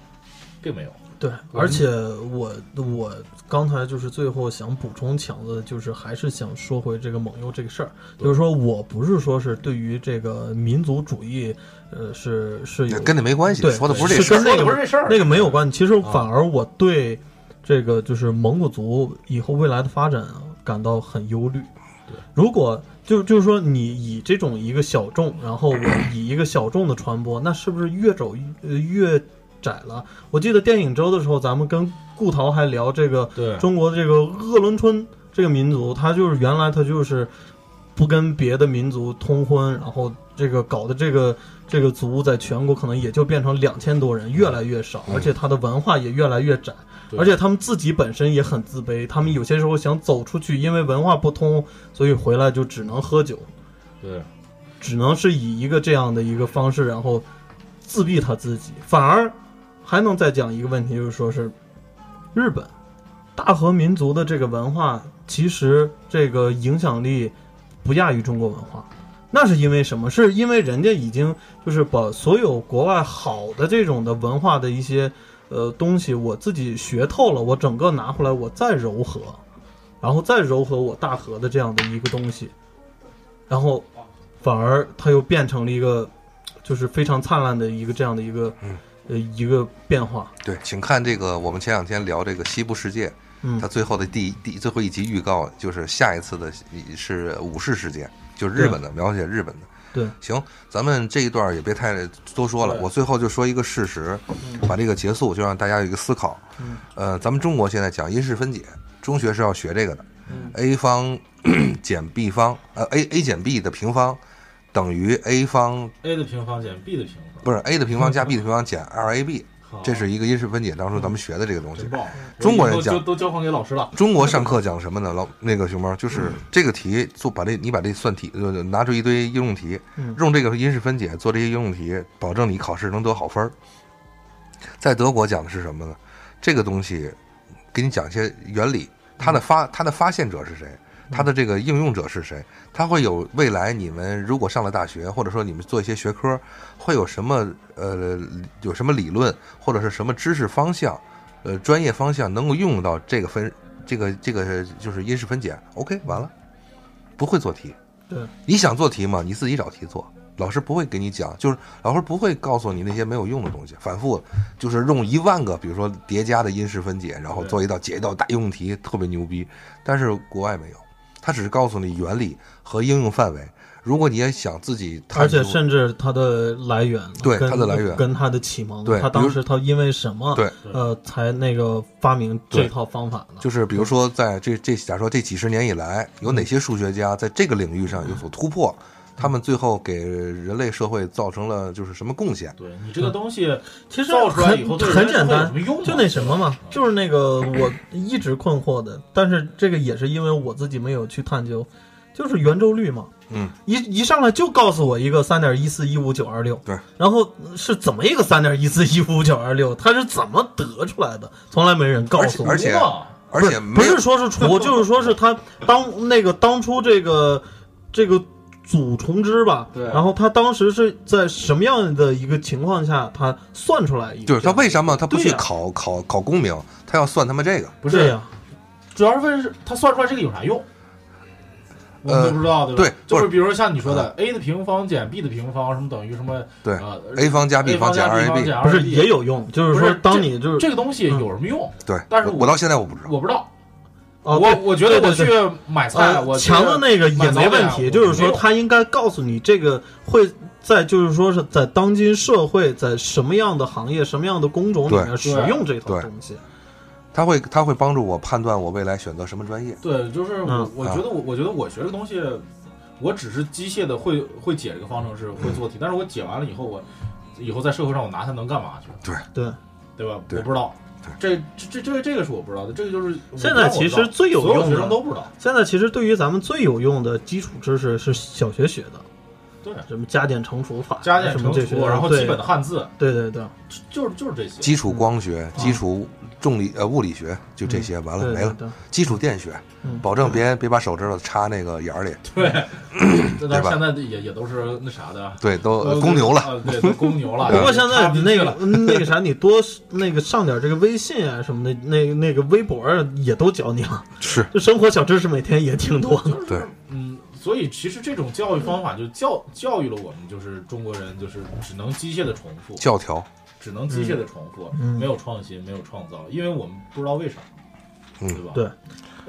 并没有。对，我而且我我刚才就是最后想补充强子，就是还是想说回这个蒙优这个事儿，对就是说我不是说是对于这个民族主义，呃，是是有跟那没关系，对说的不是是这事儿。跟那说的个不是这事儿，那个没有关系。其实啊反而我对这个就是蒙古族以后未来的发展感到很忧虑对。如果就就是说你以这种一个小众，然后我以一个小众的传播，那是不是越走呃越窄了？我记得电影周的时候，咱们跟顾桃还聊这个对，中国这个鄂伦春这个民族，他就是原来他就是不跟别的民族通婚，然后这个搞的这个这个族在全国可能也就变成两千多人，越来越少，嗯而且他的文化也越来越窄，对而且他们自己本身也很自卑，他们有些时候想走出去，因为文化不通，所以回来就只能喝酒，对。只能是以一个这样的一个方式，然后自闭他自己，反而还能再讲一个问题，就是说是日本大和民族的这个文化，其实这个影响力不亚于中国文化。那是因为什么？是因为人家已经就是把所有国外好的这种的文化的一些呃东西，我自己学透了，我整个拿回来，我再柔和，然后再柔和我大和的这样的一个东西，然后反而它又变成了一个就是非常灿烂的一个这样的一个、嗯呃一个变化。对，请看这个，我们前两天聊这个《西部世界》，嗯它最后的第一第最后一集预告就是下一次的是武士世界，就是日本的描写日本的。对，行，咱们这一段也别太多说了，对我最后就说一个事实，把这个结束，就让大家有一个思考。嗯呃，咱们中国现在讲因式分解，中学是要学这个的。嗯 a 方 减 b 方，呃 a a 减 b 的平方等于 a 方 a 的平方减 b 的平方，不是 a 的平方加 b 的平方减二 ab，好哦这是一个因式分解当初咱们学的这个东西真。棒！中国人我以后讲就都交还给老师了。中国上课讲什么呢？老那个熊猫就是这个题做，把这你把这算题呃拿出一堆应用题，嗯用这个因式分解做这些应用题，保证你考试能得好分儿。在德国讲的是什么呢？这个东西给你讲一些原理，它的发它的发现者是谁？它的这个应用者是谁？它会有未来你们如果上了大学，或者说你们做一些学科，会有什么呃有什么理论或者是什么知识方向，呃专业方向能够用到这个分这个这个就是因式分解。OK，完了，不会做题。对，你想做题吗？你自己找题做。老师不会给你讲，就是老师不会告诉你那些没有用的东西。反复就是用一万个，比如说叠加的因式分解，然后对做一道解一道大应用题，特别牛逼。但是国外没有，他只是告诉你原理和应用范围。如果你也想自己探而究，且甚至它的来源，对跟它的来源跟它的启蒙，对它比如当时它因为什么，对呃，才那个发明这对套方法呢？就是比如说在这这假说这几十年以来，有哪些数学家在这个领域上有所突破，他们最后给人类社会造成了就是什么贡献？对你这个东西其实造出来以很后对人很类简社会有单什，么用啊？就那什么嘛对吧，就是那个我一直困惑的，但是这个也是因为我自己没有去探究，就是圆周率嘛。嗯，一一上来就告诉我一个三点一四一五九二六，对，然后是怎么一个三点一四一五九二六，它是怎么得出来的？从来没人告诉我。而且不过而不且是没不有是说是除，就是说是他当那个当初这个这个祖重之吧，对然后他当时是在什么样的一个情况下，他算出来一个就是他为什么他不去对呀考、考考功名，他要算他妈这个？不对是，呀、主要是问是它算出来这个有啥用？我们呃都不知道，对吧？对就不是是比如说像你说的，a 的平方减 b 的平方什么等于什么？对呃 a 方加 b a 方减加二 b 方 ab，减 2ab 不是也有用，就是不说是当你就是这个东西有什么用？对，但是我我我到现在我不知道，我不知道。啊，我对我觉得对我对去对买菜，呃我去强的那个也买早没点问我题，就是没说有他应该告诉你这个会在就是说是在当今社会在什么样的行业、什么样的工种里面对使对用这套对东西。他会他会帮助我判断我未来选择什么专业。对，就是我嗯，我觉得我，我觉得我学这东西，我只是机械的会会解这个方程式，嗯会做题，但是我解完了以后，我以后在社会上我拿它能干嘛去？对，对吧？对我不知道，这这这这这个是我不知道的，这个就是我现在其实最有所有用学生的，都不知道，现在其实对于咱们最有用的基础知识是小学学的，对，什么加减乘除法，加减什乘么这些除，，然后对基本的汉字，对对对，就是就是这些。基础光学、基础重力呃物理学，就这些，完了对没了。对基础电学嗯，保证别别把手指头插那个眼儿里。对， 这对但吧是现在也也都是那啥的，对，都呃呃公牛了。啊对，都公牛 了。不过现在插不进那去个了嗯那个啥，你多那个上点这个微信啊什么的，那那个微博啊也都教你了，是就生活小知识每天也挺多的。对，嗯，所以其实这种教育方法就教教育了我们，就是中国人就是只能机械的重复，教条，只能机械的重复，嗯没有创新，没有创造，因为我们不知道为啥，嗯对吧？对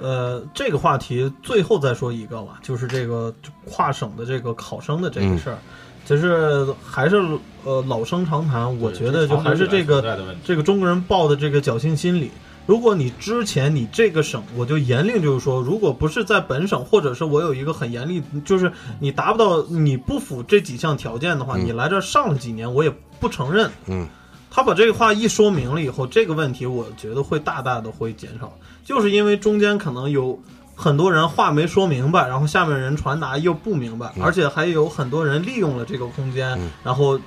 呃，这个话题最后再说一个吧，就是这个跨省的这个考生的这个事儿，其实还是呃老生常谈，我觉得就还是这个个存在的问题。这个中国人抱的这个侥幸心理。如果你之前你这个省，我就严令就是说，如果不是在本省，或者是我有一个很严厉，就是你达不到你不符这几项条件的话，嗯你来这儿上了几年，我也不承认。嗯，他把这个话一说明了以后，这个问题我觉得会大大的会减少，就是因为中间可能有很多人话没说明白，然后下面人传达又不明白，嗯而且还有很多人利用了这个空间，嗯然后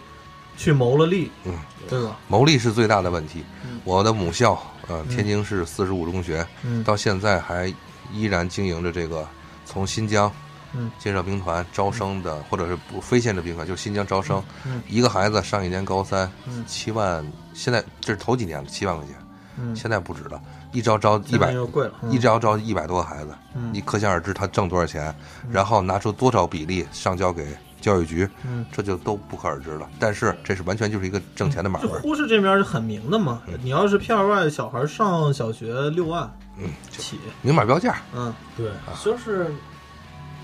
去谋了利，嗯，对吧？牟利是最大的问题嗯。我的母校呃，天津市四十五中学，嗯到现在还依然经营着这个从新疆嗯建设兵团招生的，或者是不非建设兵团，就是新疆招生嗯，一个孩子上一年高三嗯，七万，现在这是头几年了，七万块钱，嗯，现在不止了，一招招一现在百，又贵了，嗯一招招一百多个孩子，嗯你可想而知他挣多少钱，嗯然后拿出多少比例上交给教育局，嗯，这就都不可而知了。但是这是完全就是一个挣钱的买嗯就卖，呼市这边是很明的嘛，你要是 P 二外小孩上小学六万嗯，就起，明码标价，嗯对，就是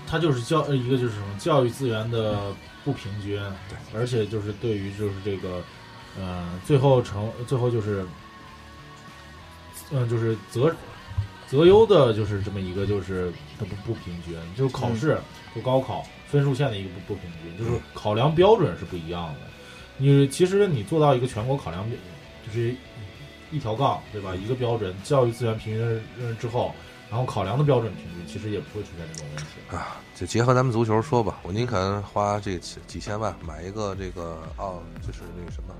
它就是教一个就是什么教育资源的不平均，对，而且就是对于就是这个，呃，最后成最后就是，嗯、就是择择优的就是这么一个就是它不不平均，就是考试、就高考分数线的一个不不平均，就是考量标准是不一样的。你其实你做到一个全国考量标，就是一条杠，对吧？一个标准，教育资源平均呃之后，然后考量的标准平均，其实也不会出现这种问题。啊，就结合咱们足球说吧，我宁肯花这几几千万买一个哦这个奥，就是那个什么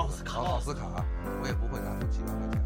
奥斯卡奥斯卡，我也不会拿出几万块钱。